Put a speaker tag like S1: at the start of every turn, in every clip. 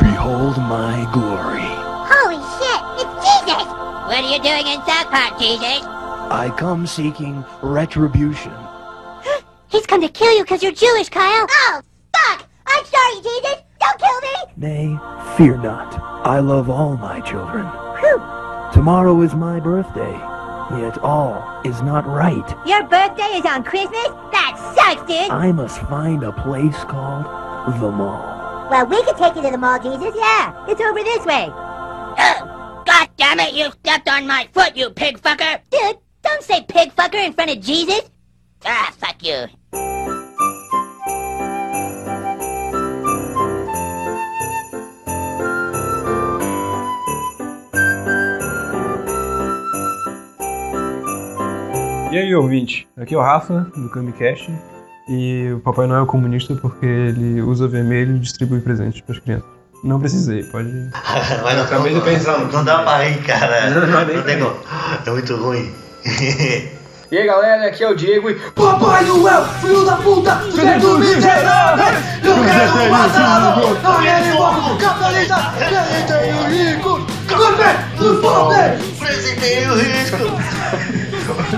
S1: behold my glory.
S2: Holy shit, it's Jesus! What are you doing in South Park, Jesus?
S1: I come seeking retribution.
S2: He's come to kill you because you're Jewish, Kyle. Oh, fuck! I'm sorry, Jesus! Don't kill me!
S1: Nay, fear not. I love all my children.
S2: Whew.
S1: Tomorrow is my birthday, yet all is not right.
S2: Your birthday is on Christmas? That sucks, dude!
S1: I must find a place called the mall.
S2: Well, we could take you to the mall, Jesus. Yeah, it's over this way. Oh, God damn it, you stepped on my foot, you pig fucker! Dude, don't say pig fucker in front of Jesus! Ah, fuck you.
S3: E aí, ouvinte? Aqui é o Rafa, do Camicast. E o Papai Noel é comunista porque ele usa vermelho e distribui presentes para as crianças. Não precisei, pode.
S4: Mas não,
S3: Acabei
S4: não,
S3: de pensar no
S4: né? Não dá pra rir, cara.
S3: Não, não, nem-
S4: tem como. É muito ruim.
S5: E aí galera, aqui é o Diego e
S6: Papai Noel, filho da puta, feito miserável Eu quero um bastardo, alguém louco, capitalista Delitei o rico, gourmet do poder
S4: Presidei o risco.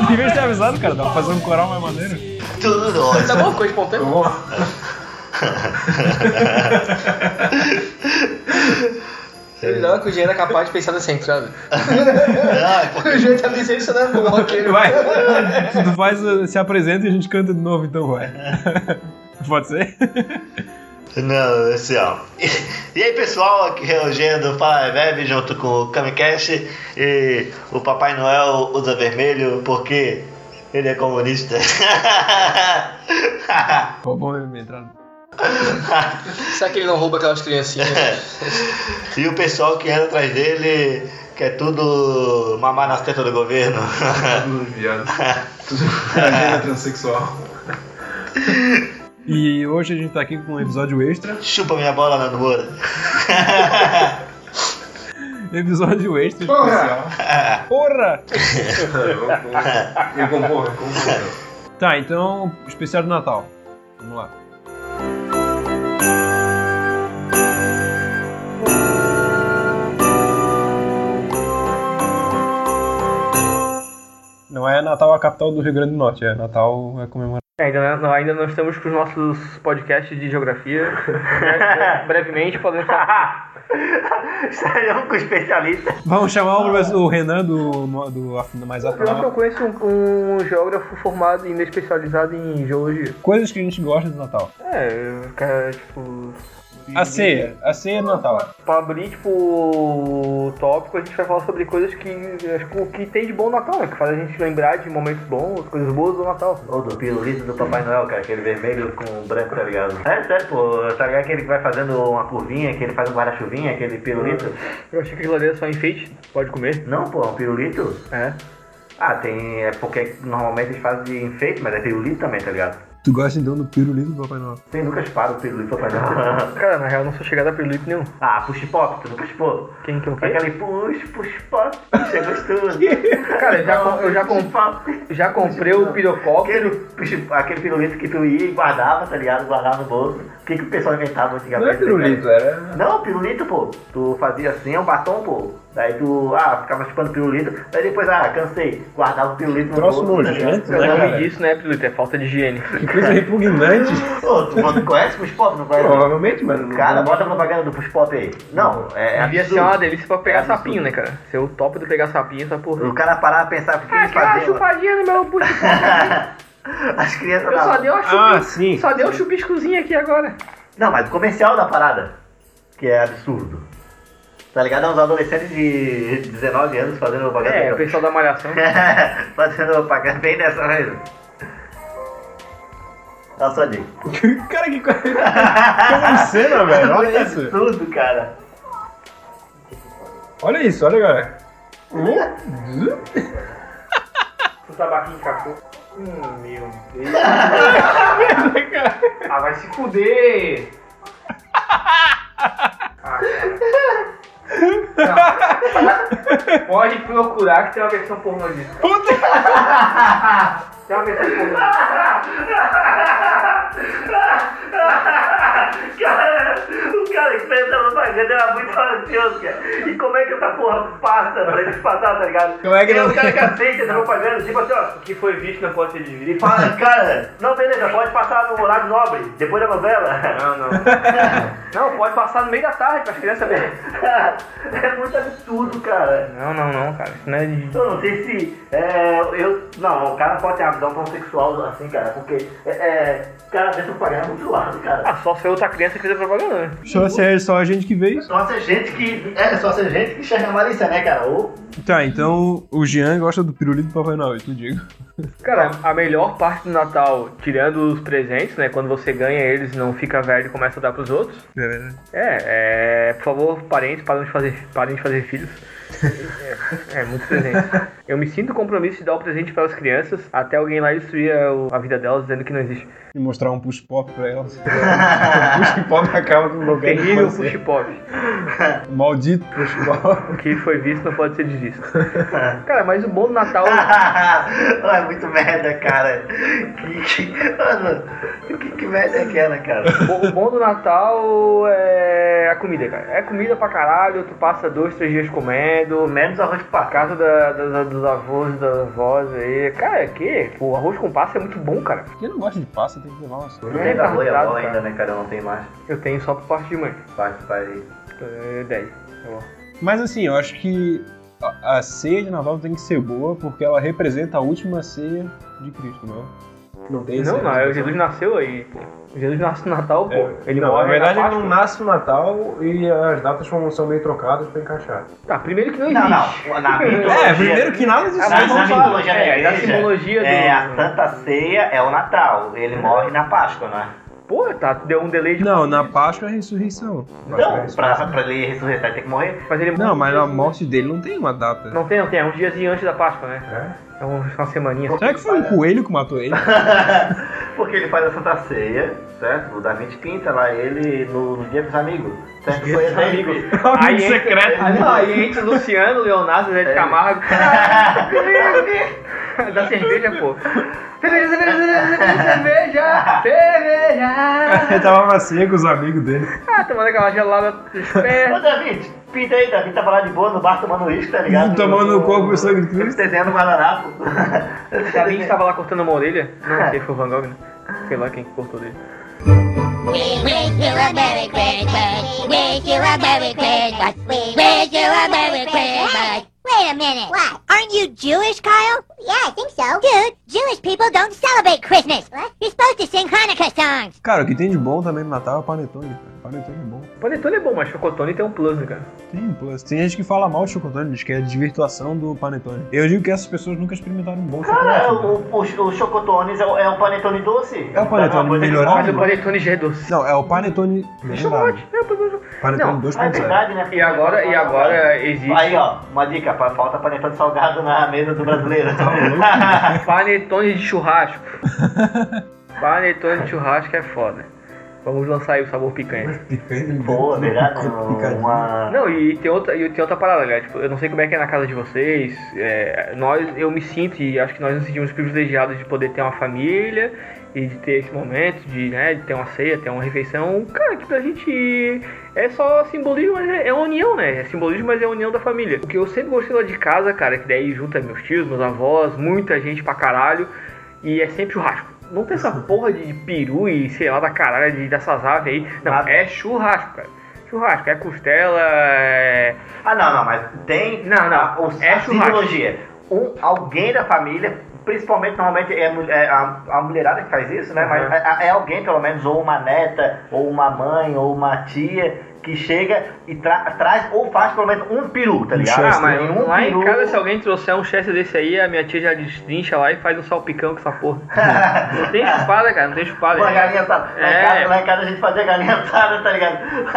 S3: Devia ter avisado, cara, dá pra fazer um coral mais maneiro.
S4: Tudo nós.
S5: tá bom, ficou espontâneo? Não, que o Diego é capaz de pensar nessa entrada.
S4: Ah,
S5: o Diego tá decepcionando com o roqueiro.
S3: Vai! Tu faz, uh, se apresenta e a gente canta de novo, então vai. Pode ser?
S4: Não, assim, ó. E aí, pessoal, aqui é o Jean do Fala Bebe junto com o Kamikaze. E o Papai Noel usa vermelho porque ele é comunista.
S3: Pô, bom mesmo entrar.
S5: Será que ele não rouba aquelas criancinhas?
S4: e o pessoal que anda atrás dele quer tudo mamar nas tetas do governo.
S7: Tudo viado. Tudo agenda transexual.
S3: E hoje a gente tá aqui com um episódio extra.
S4: Chupa minha bola, Nando Moura.
S3: Episódio extra especial.
S7: Porra!
S3: Porra!
S7: Eu concordo, eu concordo.
S3: Tá, então, especial do Natal. Vamos lá. Não é Natal a capital do Rio Grande do Norte, é Natal é comemorar.
S8: Ainda não, ainda não estamos com os nossos podcasts de geografia. Bre- Brevemente podemos falar.
S4: Saiu com o especialista.
S3: Vamos chamar o, professor- o Renan do, do Afina Mais
S8: Pior que eu
S3: Natal.
S8: conheço um, um geógrafo formado e meio especializado em geologia.
S3: Coisas que a gente gosta do Natal.
S8: É, cara, tipo.
S3: A ceia. A ceia do Natal.
S8: Pra abrir, tipo, o tópico, a gente vai falar sobre coisas que. Acho que o que tem de bom no Natal, né? Que faz a gente lembrar de momentos bons, coisas boas do Natal.
S4: Ou do pirulito do Papai Noel, cara, aquele vermelho com branco, tá ligado? É sério, pô, tá ligado aquele que vai fazendo uma curvinha, que ele faz um guarda-chuvinha, aquele pirulito?
S8: Eu achei que aquilo ali era só enfeite, pode comer.
S4: Não, pô, é um pirulito?
S8: É.
S4: Ah, tem. É porque normalmente eles fazem de enfeite, mas é pirulito também, tá ligado?
S3: Tu gosta então do pirulito do Papai Noel?
S4: Tem nunca chupado o pirulito do Papai Noel.
S8: Cara, na real, eu não sou chegada a pirulito nenhum.
S4: ah, push pop, tu nunca chupou.
S8: Quem que é eu quero?
S4: Aquele push, push pop, isso é gostoso.
S8: Cara, eu já, com- eu já, com-
S4: Push pop.
S8: já comprei o pirocóptero.
S4: Aquele, push- aquele pirulito que tu ia e guardava, tá ligado? Guardava no bolso. O que, que o pessoal inventava antigamente? né?
S7: Não é pirulito, era.
S4: Não, pirulito, pô. Tu fazia assim, é um batom, pô. Daí tu, ah, ficava chupando pirulito. Daí depois, ah, cansei. Guardava o pirulito no
S3: Troço
S4: bolso, tá
S3: nojento,
S4: ligado?
S3: né,
S8: O nome
S3: cara?
S8: disso não é pirulito, é falta de higiene.
S3: Que coisa repugnante.
S4: Ô, tu, tu conhece o Puspop, não conhece?
S7: Provavelmente, mano.
S4: Cara, bota a propaganda do Puspop aí. Não, é, é
S8: Devia ser
S4: absurdo.
S8: assim, uma delícia pra pegar
S4: É absurdo.
S8: sapinho, né, cara? Ser o top do pegar sapinho, essa porra.
S4: O cara parar pra pensar o que, que
S8: Ah,
S4: ele
S8: que uma
S4: fazia. mano.
S8: chupadinha no meu bucho.
S4: As crianças
S8: Eu só
S4: da...
S8: dei uma
S3: Ah,
S8: chupisco.
S3: sim.
S8: Só deu um chupiscozinho aqui agora.
S4: Não, mas o comercial da parada, que é absurdo. Tá ligado? É uns adolescentes de 19 anos fazendo propaganda.
S8: É, o pessoal da malhação.
S4: fazendo propaganda bem dessa mesmo. Dá só dica.
S3: cara, que coisa. Que cena, velho. Olha É isso.
S4: Tudo, É cara.
S3: Olha isso, olha, galera.
S8: O tabaquinho de cachorro. Hum, meu Deus. ah, vai se fuder. Ah, Pode procurar que tem uma versão pornô disso. Tem uma versão pornô.
S4: Cara, o cara que fez a propaganda Ele era muito ansioso, cara. E como é que essa porra passa pra eles passar, tá ligado?
S3: Como é que
S4: Ele é
S3: não-
S4: o cara que aceita essa propaganda, tipo assim, ó.
S8: O que foi visto não pode ser desvisto.
S4: E fala, cara, não, beleza, pode passar no horário nobre, depois da novela.
S8: Não, não. Não, pode passar no meio da tarde para as crianças verem.
S4: é muito absurdo, cara.
S8: Não, não, não, cara. Isso não é de...
S4: Eu não sei se. é, eu, não, o cara não pode ter uma visão sexual assim, cara, porque. É, é, cara, essa propaganda é muito larga, cara.
S8: Ah, só se é outra criança que fizer propaganda, né?
S3: Só se é só a gente que vê isso.
S4: Só ser gente que. É, só ser gente que enxerga a malícia, né, cara? Ou
S3: Tá, então o Jean gosta do pirulito do Papai Noel, eu te digo.
S8: Cara, Então, a melhor parte do Natal, tirando os presentes, né? Quando você ganha eles, não fica velho e começa a dar pros outros.
S3: É verdade.
S8: É, é, por favor, parentes, parem de fazer, parem de fazer filhos. É, é muito presente. Eu me sinto o compromisso de dar o presente para as crianças até alguém lá destruir a, o- a vida delas dizendo que não existe.
S3: E mostrar um push-pop pra ela. push-pop acaba com qualquer
S8: Terrível
S3: coisa.
S8: push pop.
S3: Maldito push-pop.
S8: O que foi visto não pode ser desvisto. Cara, mas o bom do Natal.
S9: Ah, é muito merda, cara. Que, que, mano, que, que merda é aquela, cara?
S8: o- O bom do Natal é a comida, cara. É comida pra caralho, tu passa dois, três dias comendo.
S4: menos arroz de
S8: A casa da- da- da- dos avós, e das avós aí. Cara, é que? O arroz com passa é muito bom, cara. É
S3: Quem não gosta de passa tem que levar umas coisas.
S4: Não tem da e a
S8: Retardado,
S4: bola
S8: cara.
S4: ainda, né, cara? Não tem mais.
S8: Eu tenho só por parte de mãe.
S4: Pai, pai.
S8: É 10.
S3: Mas assim, eu acho que a, a ceia de Natal tem que ser boa porque ela representa a última ceia de Cristo, não é? Não tem
S8: Não, não, é, o Jesus nasceu aí, pô. O Jesus nasce no
S3: É.
S8: Natal, pô. ele
S10: não, na
S8: morre
S10: verdade ele
S8: Páscoa.
S10: não nasce no Natal e as datas são, são meio trocadas pra encaixar.
S8: Ah, primeiro que não existe.
S9: Não, não. Na
S3: É,
S9: mitologia-
S3: primeiro que nada disso.
S8: Ah,
S9: Na,
S8: mas
S9: na
S8: vamos falar,
S9: mitologia da
S8: é, na
S9: igreja,
S8: simbologia do-
S9: é, a Santa Ceia é o Natal. Ele morre na Páscoa, né?
S8: Pô, tá, tu deu um delay de...
S3: Não, na Páscoa é a ressurreição.
S9: Então, pra, pra ele ressuscitar, ele tem que morrer.
S8: Mas ele
S3: Não, mas a
S8: não...
S3: morte dele não tem uma data.
S8: Não tem, não tem. É uns diazinhos antes da Páscoa, né? É, um- uma semaninha.
S3: Será que foi um coelho que matou ele?
S9: Porque ele faz a Santa Ceia, certo? O Davi pinta lá ele no, no dia dos amigos. Certo? Foi esse amigo.
S8: Aí
S3: é
S8: entra, aí, não, aí entra o Luciano, Leonardo, Zé de Camargo. da cerveja, pô. Cerveja, cerveja, cerveja, cerveja, cerveja.
S3: Ele tava macia com os amigos dele.
S8: Ah, tomando aquela gelada
S9: Ô,
S8: esperta.
S9: David, pinta aí, David tava lá de boa no bar tomando uísque, tá ligado?
S3: Hum, Tomando o corpo e o sangue de Cristo.
S9: Desenhando guardanapo.
S8: A gente tava lá cortando uma orelha. Não sei, foi o Van Gogh, né? Sei lá quem que cortou dele.
S2: We wish you a Merry Christmas. Wish you a Merry Christmas. We wish you a Merry Christmas. Wait a minute. What? Aren't you Jewish, Kyle? Yeah, I think so. Dude, Jewish people don't celebrate Christmas. What? You're supposed to sing Hanukkah songs.
S3: Cara, o que tem de bom também no Natal é panetone, cara. Panetone é bom.
S8: Panetone é bom, mas chocotone tem um plus, né, cara?
S3: Tem um plus. Tem gente que fala mal de chocotone, diz que é a desvirtuação do panetone. Eu digo que essas pessoas nunca experimentaram um bom
S9: Cara,
S3: chocolate.
S9: o, o, o Chocotones é, o- é um panetone doce. Tá
S3: É o panetone
S9: Coisa que
S3: melhorado?
S9: pode-
S8: Mas o panetone já é doce.
S3: Não, é o panetone
S8: Chocolate,
S3: legendado.
S8: é, panetone. Não,
S3: Panetone
S9: Ah, é
S3: 2.0.
S9: verdade, né?
S8: E agora, e agora existe
S9: Aí, ó, uma dica, pa- falta panetone salgado na mesa do brasileiro.
S8: panetone de churrasco. Panetone de churrasco é foda. Vamos lançar aí o sabor picanha.
S9: Boa, verdade.
S3: Picadinho.
S4: Ah.
S9: Uma...
S8: Não, e tem outra, e tem outra parada, galera. Tipo, eu não sei como é que é na casa de vocês. é, nós, eu me sinto e acho que nós nos sentimos privilegiados de poder ter uma família e de ter esse momento, de, né, de ter uma ceia, ter uma refeição. Cara, que pra gente é só simbolismo, mas é, é uma união, né? É simbolismo, mas é a união da família. O que eu sempre gostei lá de casa, cara, é que daí junta meus tios, meus avós, muita gente pra caralho. E é sempre churrasco. Não tem essa porra de peru e sei lá da caralho de, dessas aves aí. Não,
S9: Nada.
S8: é churrasco, cara. Churrasco, é costela, é.
S9: Ah, não, não, mas tem
S8: Não, não,
S9: a, o,
S8: é
S9: a
S8: churrasco.
S9: simbologia. Um, alguém da família, principalmente, normalmente, é, mu- é a, a mulherada que faz isso, né? Mas
S8: Uhum.
S9: é, é alguém, pelo menos, ou uma neta, ou uma mãe, ou uma tia, que chega e tra- traz ou faz, pelo menos, um peru, tá
S3: Um
S9: ligado?
S3: chester.
S8: Ah, mas
S9: Tem um
S8: lá em
S9: peru.
S8: casa, se alguém trouxer um chester desse aí, a minha tia já destrincha lá e faz um salpicão com essa porra. não tem espada, cara, não tem espada.
S9: Uma galinha assada. Lá, em
S8: É.
S9: casa, lá em casa a gente fazia galinha assada, tá ligado?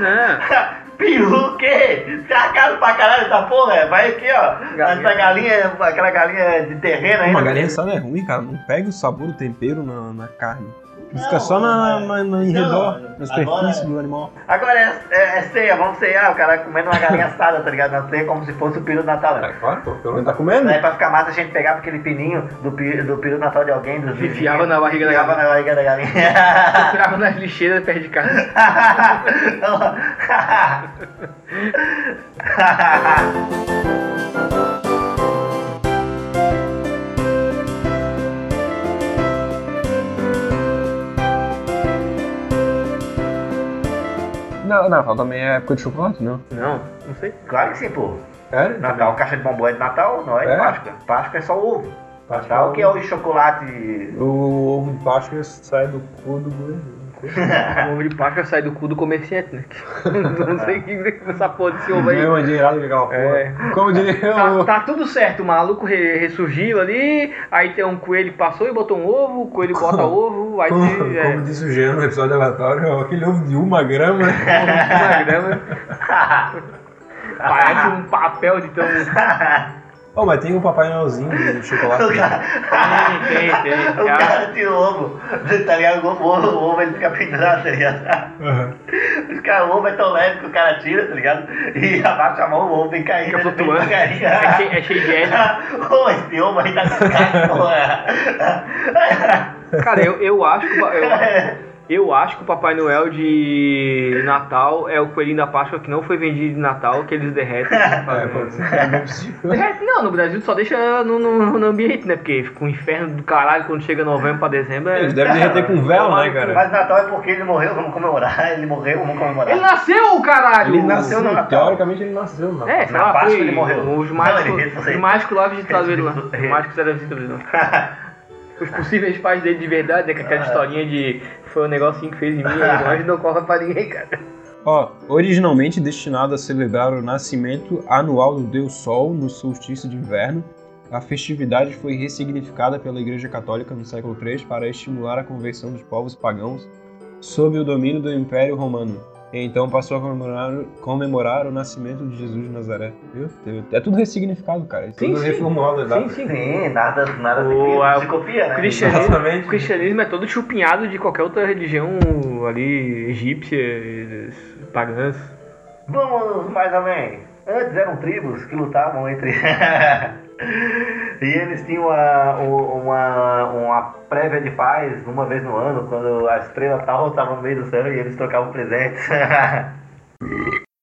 S8: Não.
S9: Peru, que?
S4: é
S9: Tá caro pra caralho essa porra, é. vai aqui, ó.
S8: Galinha.
S9: Essa galinha, aquela galinha de terreno
S3: Uma
S4: né?
S9: ainda.
S3: galinha assada é ruim, cara. Não pega o sabor, o tempero na, na carne. Fica só na, na, na- em
S9: Não,
S3: redor, na superfície
S9: agora-
S3: do animal.
S4: Agora é, é- é ceia, vamos ceiar, o cara comendo uma galinha assada, tá ligado? Na ceia, como se fosse o peru do Natal. né?
S5: Claro, pô, pelo
S10: Ele
S5: menos.
S10: tá comendo?
S4: Aí pra ficar massa a gente pegava aquele pininho do, pi- do peru do Natal de alguém, dos vizinhos,
S8: Enfiava na barriga da
S4: enfiava
S8: galinha.
S4: na barriga da galinha.
S8: Tirava nas lixeiras perto de casa.
S3: Não, Natal também é época de chocolate, não?
S8: Não, não sei.
S4: claro que sim, pô.
S3: Sério?
S4: Natal, caixa de bombom é de Natal, não é de
S3: É?
S4: Páscoa. Páscoa é só ovo.
S10: Páscoa é
S4: Natal
S10: ovo.
S4: que é o de chocolate.
S10: O ovo de Páscoa sai do cu do boi.
S8: O Um ovo de Páscoa sai do cu do comerciante, né? Não sei o que essa porra desse ovo aí.
S10: Ganhou uma dinheirada com aquela porra.
S8: É.
S10: Como diria
S8: Tá,
S10: o...
S8: tá tudo certo, o maluco re- ressurgiu ali, aí tem um coelho que passou e botou um ovo, o coelho bota ovo, aí
S10: Como,
S8: tem é,
S10: como disse o Jean no episódio aleatório, aquele ovo de uma grama.
S8: uma grama. Parece um papel de tão.
S3: Oh, mas tem um Papai Noelzinho de chocolate.
S4: O cara,
S8: é Tem, tem,
S4: o
S8: tem. Ah,
S4: cara tira o ovo, tá ligado? O ovo, o ovo ele fica pendurado, tá ligado?
S3: Aham.
S4: Os caras, o ovo é tão leve que o cara tira, tá ligado? E abaixa a mão, o ovo vem caindo.
S8: Fica
S4: ele vem
S8: flutuando.
S4: devagarinho.
S8: É cheio- é cheio de hélio.
S4: Ô, esse ovo aí tá com porra.
S8: Cara, eu, eu acho que. o pa- Eu, eu acho que o Papai Noel de Natal é o coelhinho da Páscoa que não foi vendido de Natal, que eles derretem.
S10: É,
S8: fazem-
S10: pode ser. É bem possível.
S8: Derrete não, no Brasil tu só deixa no, no- no ambiente, né? Porque fica um inferno do caralho quando chega novembro pra dezembro. É...
S3: Eles devem derreter com vela, né, cara?
S4: Mas Natal é porque ele morreu, vamos comemorar. Ele morreu, vamos comemorar.
S8: Ele nasceu, caralho!
S10: Ele nasceu no
S4: Natal.
S10: Teoricamente ele nasceu no Natal.
S8: É, sei
S4: Na
S8: lá,
S4: Páscoa
S8: foi
S4: ele morreu.
S8: Os
S4: Não, ele fez
S8: mágicos,
S4: isso aí.
S8: os mágicos lá visitaram ele lá.
S4: Ele fez
S8: Os mágicos eram visitados lá. Os possíveis pais dele de verdade, né? Com
S4: É.
S8: aquela historinha de foi um negocinho que fez em mim, mas não corre pra ninguém, cara.
S3: Ó, originalmente destinado a celebrar o nascimento anual do Deus Sol no solstício de inverno, a festividade foi ressignificada pela Igreja Católica no século III para estimular a conversão dos povos pagãos sob o domínio do Império Romano. E então passou a comemorar, comemorar o nascimento de Jesus de Nazaré. Viu? Teve- É tudo ressignificado, cara. É Isso
S8: Sim,
S10: Tudo
S8: sim.
S10: reformulado
S8: Sim,
S10: exato.
S8: sim.
S4: Sim, nada, nada se
S8: O-
S4: cria,
S8: a-
S4: se copia, né?
S8: O cristianismo,
S10: Exatamente.
S8: o cristianismo é todo chupinhado de qualquer outra religião ali, egípcia, pagãs.
S4: Vamos mais além. Antes eram tribos que lutavam entre. e eles tinham uma, uma, uma prévia de paz uma vez no ano, quando a estrela tal estava no meio do céu e eles trocavam presentes.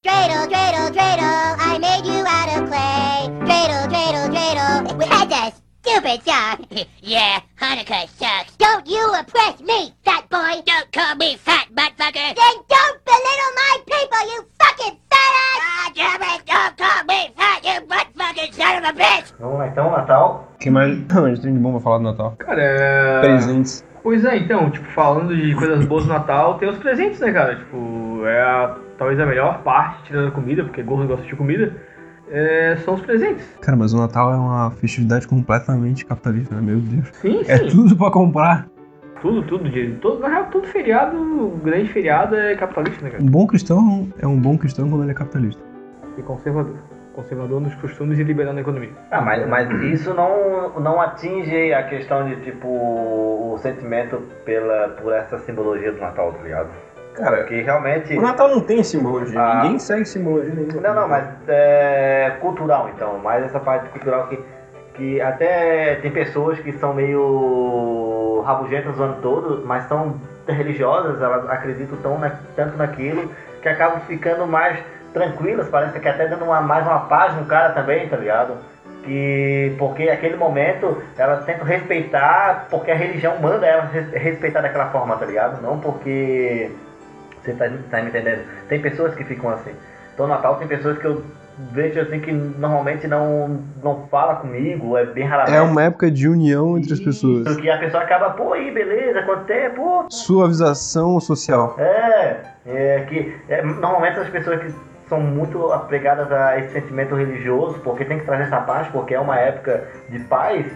S2: Dreidel, dreidel, dreidel, I made you out of clay. Dreidel, dreidel, dreidel, that's a stupid song. yeah, Hanukkah sucks. Don't you oppress me, fat boy. Don't call me fat, buttfucker. Then don't belittle my people, you fucking fat ass. Ah, damn it, don't call me fat, you buttfucking son of a bitch.
S4: Vamos lá, então, Natal.
S3: O que mais a gente tem de bom pra falar do Natal?
S8: Cara, é...
S3: Presentes.
S8: Pois é, então, tipo, falando de coisas boas do Natal, tem os presentes, né, cara? Tipo, é a, talvez a melhor parte, tirando a comida, porque gordo gosta de comida, é, são os presentes.
S3: Cara, mas o Natal é uma festividade completamente capitalista, né? Meu Deus.
S8: Sim, sim.
S3: É tudo pra comprar.
S8: Tudo, tudo, de, todo, na real, todo feriado, grande feriado é capitalista, né, cara?
S3: Um bom cristão é um bom cristão quando ele é capitalista.
S8: E conservador. Conservador nos costumes e liberal na economia.
S4: Ah, mas, mas isso não, não atinge a questão de, tipo, o sentimento pela, por essa simbologia do Natal, tá ligado?
S3: Cara,
S4: Porque realmente.
S3: o Natal não tem simbologia.
S4: Ah.
S3: Ninguém segue simbologia nenhuma.
S4: Não, não, mas é cultural então, mais essa parte cultural que, que até tem pessoas que são meio rabugentas o ano todo, mas são religiosas, elas acreditam tão na- tanto naquilo que acabam ficando mais tranquilas, parece que até dando uma, mais uma paz no cara também, tá ligado? Que, porque aquele momento elas tentam respeitar porque a religião manda elas res- respeitar daquela forma, tá ligado? Não porque. Você tá, tá me entendendo? Tem pessoas que ficam assim. Então Natal tem pessoas que eu vejo assim que normalmente não, não fala comigo, é bem raramente.
S3: É uma época de união entre as pessoas.
S4: Isso, Que a pessoa acaba, pô, aí, beleza, quanto tempo, pô,
S3: Suavização social.
S4: é, é que é, normalmente as pessoas que são muito apegadas a esse sentimento religioso, porque tem que trazer essa paz, porque é uma época de paz,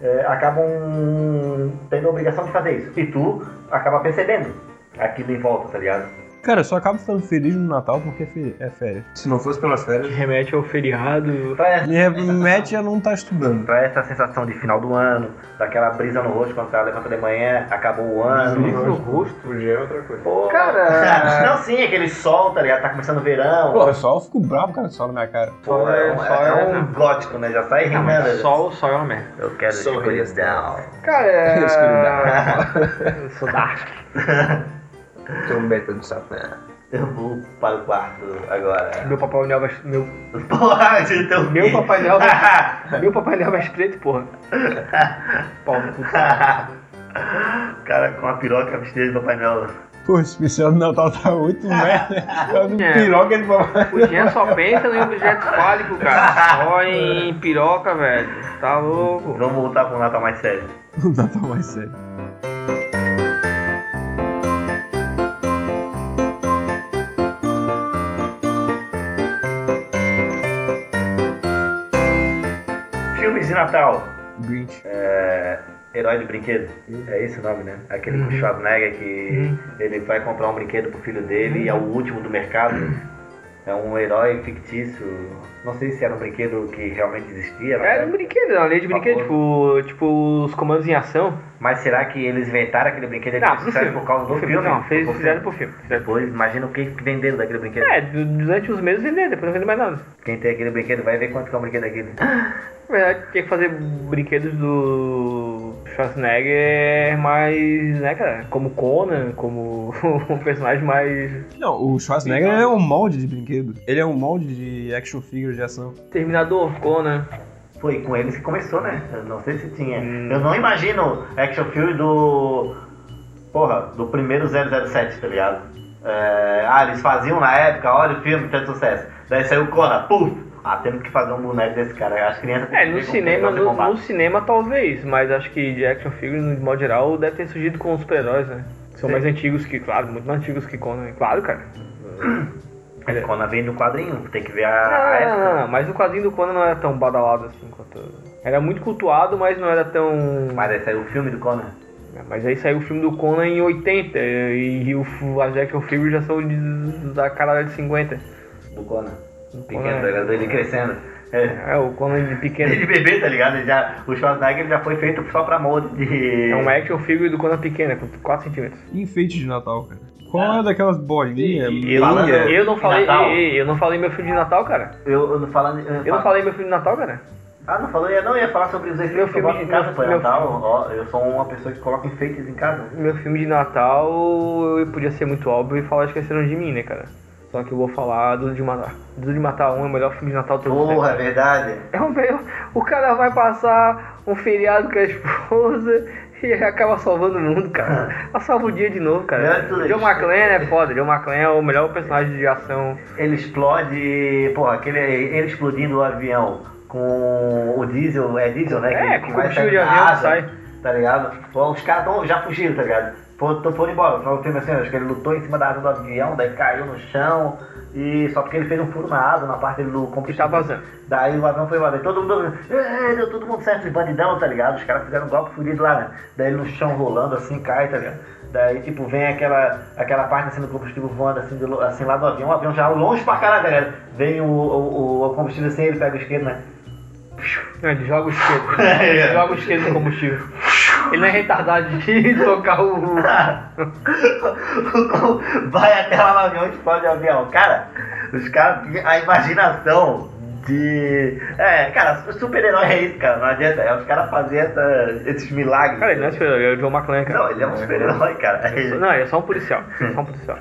S4: é, acabam tendo a obrigação de fazer isso. E tu acaba percebendo aquilo em volta, tá ligado?
S3: Cara, eu só acabo ficando feliz no Natal porque é fe- é férias. Se não fosse pelas férias,
S8: Remete ao feriado.
S4: Pra essa,
S3: me remete a não estar estudando.
S4: pra essa sensação de final do ano, daquela brisa no rosto quando você levanta de manhã, acabou o ano.
S8: Isso no rosto.
S10: Hoje é outra coisa.
S4: Pô,
S5: Cara.
S4: Não, sim, aquele sol, tá ligado? Tá começando o verão.
S3: Pô, eu só fico bravo, cara, só na minha cara.
S4: Pô, é, um,
S8: Sol é-
S4: é um gótico, né? Já sai
S8: Não,
S4: rimando.
S8: mas
S4: né?
S8: sol, sol é uma merda.
S4: Eu quero
S5: Sol
S4: as coisas down.
S8: Cara,
S5: Escuridão.
S8: é... Eu sou dark.
S5: Tem um beta do sapo, né?
S4: Eu vou para o quarto agora.
S8: Meu Papai Noel vai... Meu,
S4: Porra, então.
S8: meu Papai Noel vai... meu Papai Noel vai preto, porra. Pau no cu.
S4: Cara, com a piroca vestida de Papai Noel.
S3: Pô, esse especial do Natal tá muito merda. É um
S8: É.
S3: piroca de papai.
S8: O Jean só pensa em objeto fálico, cara. Só em piroca, velho. Tá louco.
S4: Vamos voltar para um Natal mais sério.
S3: O Natal mais sério.
S4: Filmes de Natal.
S3: Grinch.
S4: Herói de brinquedo.
S8: Hum.
S4: É esse o nome, né? Aquele
S8: Uhum.
S4: com Schwarzenegger que ele vai comprar um brinquedo pro filho dele e é o
S8: Uhum.
S4: último do mercado. É um herói fictício. Não sei se era um brinquedo que realmente existia, né?
S8: Era um brinquedo, uma lei de brinquedo, tipo, tipo os comandos em ação.
S4: mas será que eles inventaram aquele brinquedo eles
S8: Não, pro
S4: fizeram
S8: filme.
S4: por causa do
S8: Pro
S4: filme?
S8: filme, Não, fez,
S4: Por
S8: fizeram
S4: filme.
S8: pro filme. Fizeram pro-
S4: Depois, imagina o que que vem dentro daquele brinquedo.
S8: É, du- durante os meses vender, depois não vende mais nada.
S4: Quem tem aquele brinquedo vai ver quanto que é um brinquedo daquele.
S8: Na verdade, tinha que fazer brinquedos do Schwarzenegger mais, né, cara? Como Conan, como um personagem mais
S3: Não, o Schwarzenegger é um molde de brinquedo. Ele é um molde de action figure de ação.
S8: Terminador, Conan.
S4: Foi com eles que começou, né? Eu não sei se tinha.
S8: Hum.
S4: Eu não imagino action filme do. Porra, do primeiro 007, tá ligado? É, Ah, eles faziam na época, olha o filme, tanto sucesso. Daí saiu o Conan, puf! Ah, temos que fazer um boneco desse cara. As crianças têm
S8: É,
S4: que
S8: no
S4: ver como
S8: cinema,
S4: negócio de
S8: no,
S4: combate.
S8: no cinema talvez, mas acho que de action figure, no modo geral, deve ter surgido com os super-heróis, né? São mais antigos que, claro, muito mais antigos que Conan. Claro, cara.
S4: Mas Conan vem do quadrinho, tem que ver a, a
S8: não,
S4: época.
S8: não, não, Ah, mas o quadrinho do Conan não era tão badalado assim quanto. Era muito cultuado, mas não era tão.
S4: Mas aí saiu o filme do Conan.
S8: Mas aí saiu o filme do Conan em 80 e o, as action figures já são de- da cara de 50.
S4: Do Conan.
S8: O
S4: Pequeno,
S8: Conan,
S4: tá ligado? Ele crescendo. É.
S8: é, o Conan de
S4: Ele
S8: pequeno.
S4: bebê, tá ligado? Ele já, o Schwarzenegger já foi feito só pra molde de.
S8: É um action figure do Conan pequena, com 4 centímetros.
S3: Enfeite de Natal, cara.
S9: Ah,
S3: Qual é daquelas bolinhas?
S4: e- falando-
S3: meia?
S8: Eu não falei,
S4: Natal.
S8: ei, ei, eu não falei meu filme de Natal, cara.
S4: Eu, eu não falando. Eu,
S8: Eu não falei meu filme de Natal, cara.
S4: Ah, não falou? Eu não ia falar sobre os
S8: Meu
S4: efeitos que eu
S8: filme
S4: gosto em
S8: de-
S4: casa
S8: meu-
S4: pra
S8: meu
S4: Natal. Ó, eu sou uma pessoa que coloca enfeites em casa.
S8: Meu filme de Natal eu podia ser muito óbvio e falar Esqueceram de Mim, né, cara? Só que eu vou falar Duro de Matar. Duro de Matar 1 é o melhor filme de Natal de todos os tempos.
S4: Porra, é verdade.
S8: É o melhor. O cara vai passar um feriado com a esposa e acaba salvando o mundo, cara. Ela salva o dia de novo, cara.
S4: Ah. Melhor de tudo
S8: John
S4: isso.
S8: McClane é foda. John McClane é o melhor personagem de ação.
S4: Ele explode. Porra, aquele, ele explodindo o avião com o diesel. É diesel, né?
S8: É,
S4: que,
S8: com
S4: que vai
S8: combustível
S4: saindo
S8: de
S4: da
S8: avião que
S4: asa,
S8: sai.
S4: Tá ligado? Pô, os caras tão- já fugiram, tá ligado? Foram, tão- foram embora. Foi um filme assim, acho que ele lutou em cima da asa do avião, daí caiu no chão. E só porque ele fez um furo na asa, na parte do
S8: Que
S4: combustível.
S8: tá vazando.
S4: Daí o avião foi embora. Daí todo mundo. "É, Deu todo mundo certo de bandidão, tá ligado? Os caras fizeram um golpe fudido lá, né? Daí ele no chão rolando assim, cai, tá ligado? Daí, tipo, vem aquela, aquela parte assim do combustível voando assim, de lo- assim lá do avião, o avião já longe pra caralho, tá ligado? Vem o, o, o combustível assim, ele pega o esquerdo, né?
S8: Não, ele joga o isqueiro.
S4: É,
S8: Ele joga o isqueiro no combustível. Ele não é retardado de tocar o.
S4: Vai até lá no avião, explode o avião. Cara, os caras têm a imaginação de. É, cara, super-herói é isso, cara. Não adianta. É os caras fazem essa- esses milagres.
S8: Cara, ele não é super-herói, é o John McClane, cara.
S4: Não, ele é um super-herói, cara.
S8: Não, ele é só um policial. Ele é só um policial.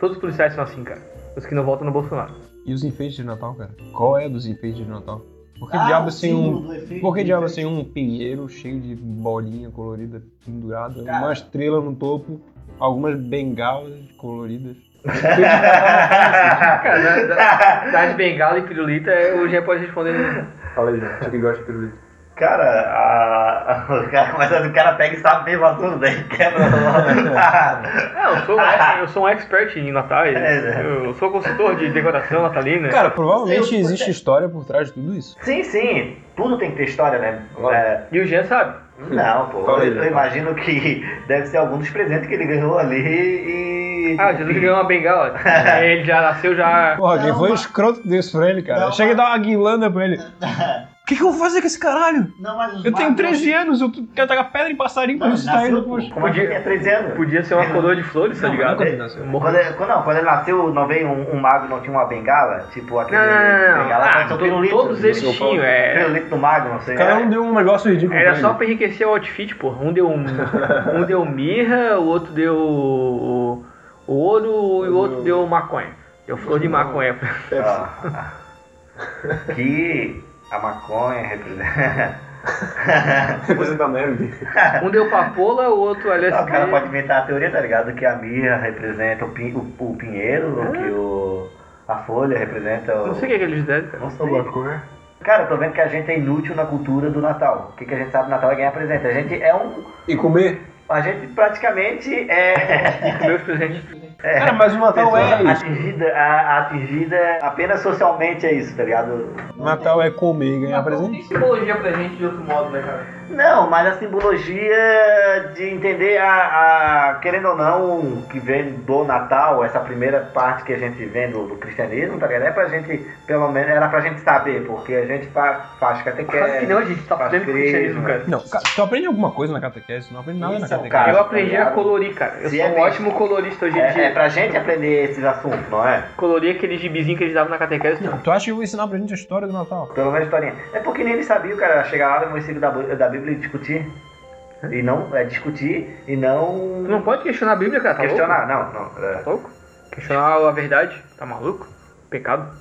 S8: Todos os policiais são assim, cara. Os que não votam no Bolsonaro.
S3: E os enfeites de Natal, cara? Qual é dos enfeites de Natal? Por
S9: Ah,
S3: que diabos tem um. Por que diabos tem um pinheiro cheio de bolinha colorida pendurada, uma estrela no topo, algumas bengalas coloridas? um?
S8: Cara, da, da, das bengala e pirulita, o Jean pode responder.
S10: Fala aí, gente, que gosta de pirulito.
S4: Cara, a... o cara, mas aí o cara pega e sabe mesmo assunto, daí quebra logo.
S8: É, eu sou, um- eu sou um expert em
S4: É,
S8: Natal.
S4: né?
S8: Eu sou consultor de decoração natalina.
S3: Cara,
S4: Eu
S3: provavelmente
S4: sei, eu-
S3: existe história por trás de tudo isso.
S4: sim, sim. Tudo tem que ter história, né? É,
S8: E o Jean sabe.
S4: Não, pô.
S3: Fala aí,
S4: eu, eu
S3: João.
S4: imagino que deve ser algum dos presentes que ele ganhou ali e.
S8: Ah, Jesus ganhou uma bengala. Aí ele já nasceu, já.
S3: Porra, quem foi o escroto que deu isso pra ele, cara?
S9: Não,
S3: Chega e dá uma guirlanda pra ele. O que, que eu vou fazer com esse caralho?
S9: Não, mas os
S3: Eu tenho
S9: magos-
S3: 13 anos, eu quero tacar pedra em passarinho pra tá
S9: Não,
S3: ressuscitar ele.
S9: nasceu,
S3: Poxa.
S4: Como é que é 13 anos?
S8: Podia ser uma coroa de flores, tá ligado?
S4: quando ele Quando ele, quando, não, quando ele nasceu, não veio um, um mago não tinha uma bengala? Tipo aquele.
S8: Não, não, não, não.
S4: Bengala,
S8: Ah,
S4: parece um pirulito.
S8: todos eles
S3: São Paulo.
S8: tinham, é.
S4: Pelo litro do mago, não sei. É.
S3: O cara não deu um negócio ridículo.
S8: Era
S3: pra
S8: só
S3: ele.
S8: pra enriquecer o outfit, porra. Um deu, um deu mirra, o outro deu o, o ouro e o outro deu maconha. Deu flor de maconha.
S4: Ah. que a maconha representa.
S10: Coisa da merda.
S8: Um deu papola, o outro é LSD.
S4: o cara pode inventar a teoria, tá ligado? Que a mirra representa o, pin, o, o pinheiro, que o, a folha representa o.
S8: Não sei o que, é que eles deram, cara.
S4: Não sei. Cara, eu tô vendo que a gente é inútil na cultura do Natal. O que, que a gente sabe do Natal é ganhar presente. A gente é um.
S10: E comer?
S4: A gente praticamente é.
S8: Meus presentes.
S3: Cara, mas o Natal é isso.
S4: atingida, a- atingida apenas socialmente, é isso, tá ligado?
S3: Natal é comer e ganhar presente.
S8: simbologia pra gente de outro modo, né, cara?
S4: Não, mas a simbologia de entender a, a- querendo ou não, que vem do Natal, essa primeira parte que a gente vê do, do cristianismo, tá ligado? É pra gente, pelo menos, era pra gente saber, porque a gente fa- faz catequese.
S8: Claro que não, a gente tá
S4: faz
S8: fazendo
S4: crisma.
S8: cristianismo, cara.
S3: Não, cara, tu aprende alguma coisa na catequese? Tu não aprende nada na
S4: Isso é um
S3: catequese.
S8: Eu aprendi a
S4: Cara,
S8: colorir, cara. Eu
S4: se
S8: sou
S4: é
S8: um
S4: bem-
S8: ótimo colorista hoje em
S4: É, é
S8: dia.
S4: pra gente aprender esses assuntos, não é?
S8: Colorir aquele gibizinho que eles davam na catequese. tá? Não.
S3: Tu acha que eu vou ensinar pra gente a história do Natal?
S4: Pelo menos historinha. É porque nem eles sabiam, cara, chegar lá no versículo da, Bu- da Bíblia e discutir. E não, é discutir e não.
S8: Tu não pode questionar a Bíblia, cara. Tá louco?
S4: questionar, não, não. é.
S8: Tá louco? Questionar a verdade? Tá maluco? Pecado.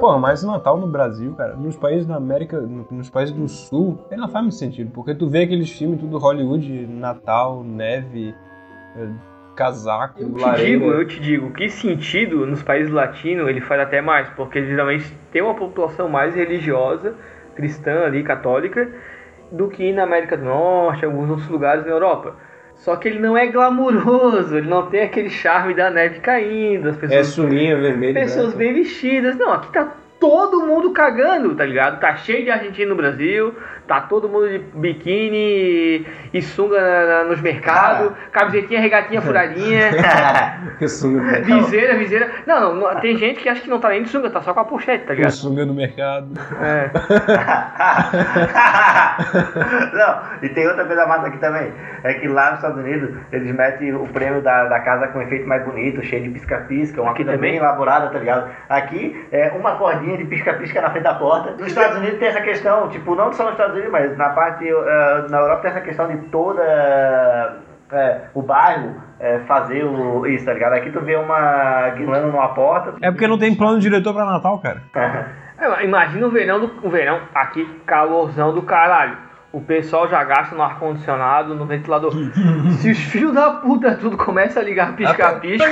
S3: Pô, mas o Natal no Brasil, cara, nos países da América, no- nos países do Sul, ele não faz muito sentido, porque tu vê aqueles filmes tudo Hollywood, Natal, neve, eh, casaco,
S8: Eu te
S3: lareira.
S8: digo, eu te digo, que sentido nos países latinos ele faz até mais, porque geralmente tem uma população mais religiosa, cristã ali, católica, do que na América do Norte, alguns outros lugares na Europa. Só que ele não é glamuroso, ele não tem aquele charme da neve caindo, as
S10: É
S8: pessoas
S10: suninha vermelha. e
S8: Pessoas
S10: branca.
S8: bem vestidas. Não, aqui tá todo mundo cagando, tá ligado? Tá cheio de argentino no Brasil, tá todo mundo de biquíni e- e sunga na- na- nos mercados, camisetinha, regatinha furadinha,
S4: Então- é.
S10: Que sunga.
S8: viseira, viseira. Não, não, não, tem gente que acha que não tá nem de sunga, tá só com a pochete, tá
S3: com
S8: ligado?
S3: sunga no mercado.
S8: É.
S4: não, e tem outra coisa massa aqui também. É que lá nos Estados Unidos eles metem o prêmio da, da casa com efeito mais bonito, cheio de pisca-pisca, uma
S8: Aqui
S4: coisa bem
S8: também?
S4: elaborada, tá ligado? Aqui é uma cordinha de pisca-pisca na frente da porta. Nos Estados Unidos tem essa questão, tipo, não só nos Estados Unidos, mas na parte. eh, na Europa tem essa questão de toda. eh, o bairro eh, fazer o, isso, tá ligado? Aqui tu vê uma guirlanda numa porta.
S3: É porque não tem plano diretor pra Natal, cara.
S8: É, Imagina o verão, do, o verão aqui, calorzão do caralho. O pessoal já gasta no ar-condicionado, no ventilador. Se os filhos da puta tudo começa a ligar pisca-pisca.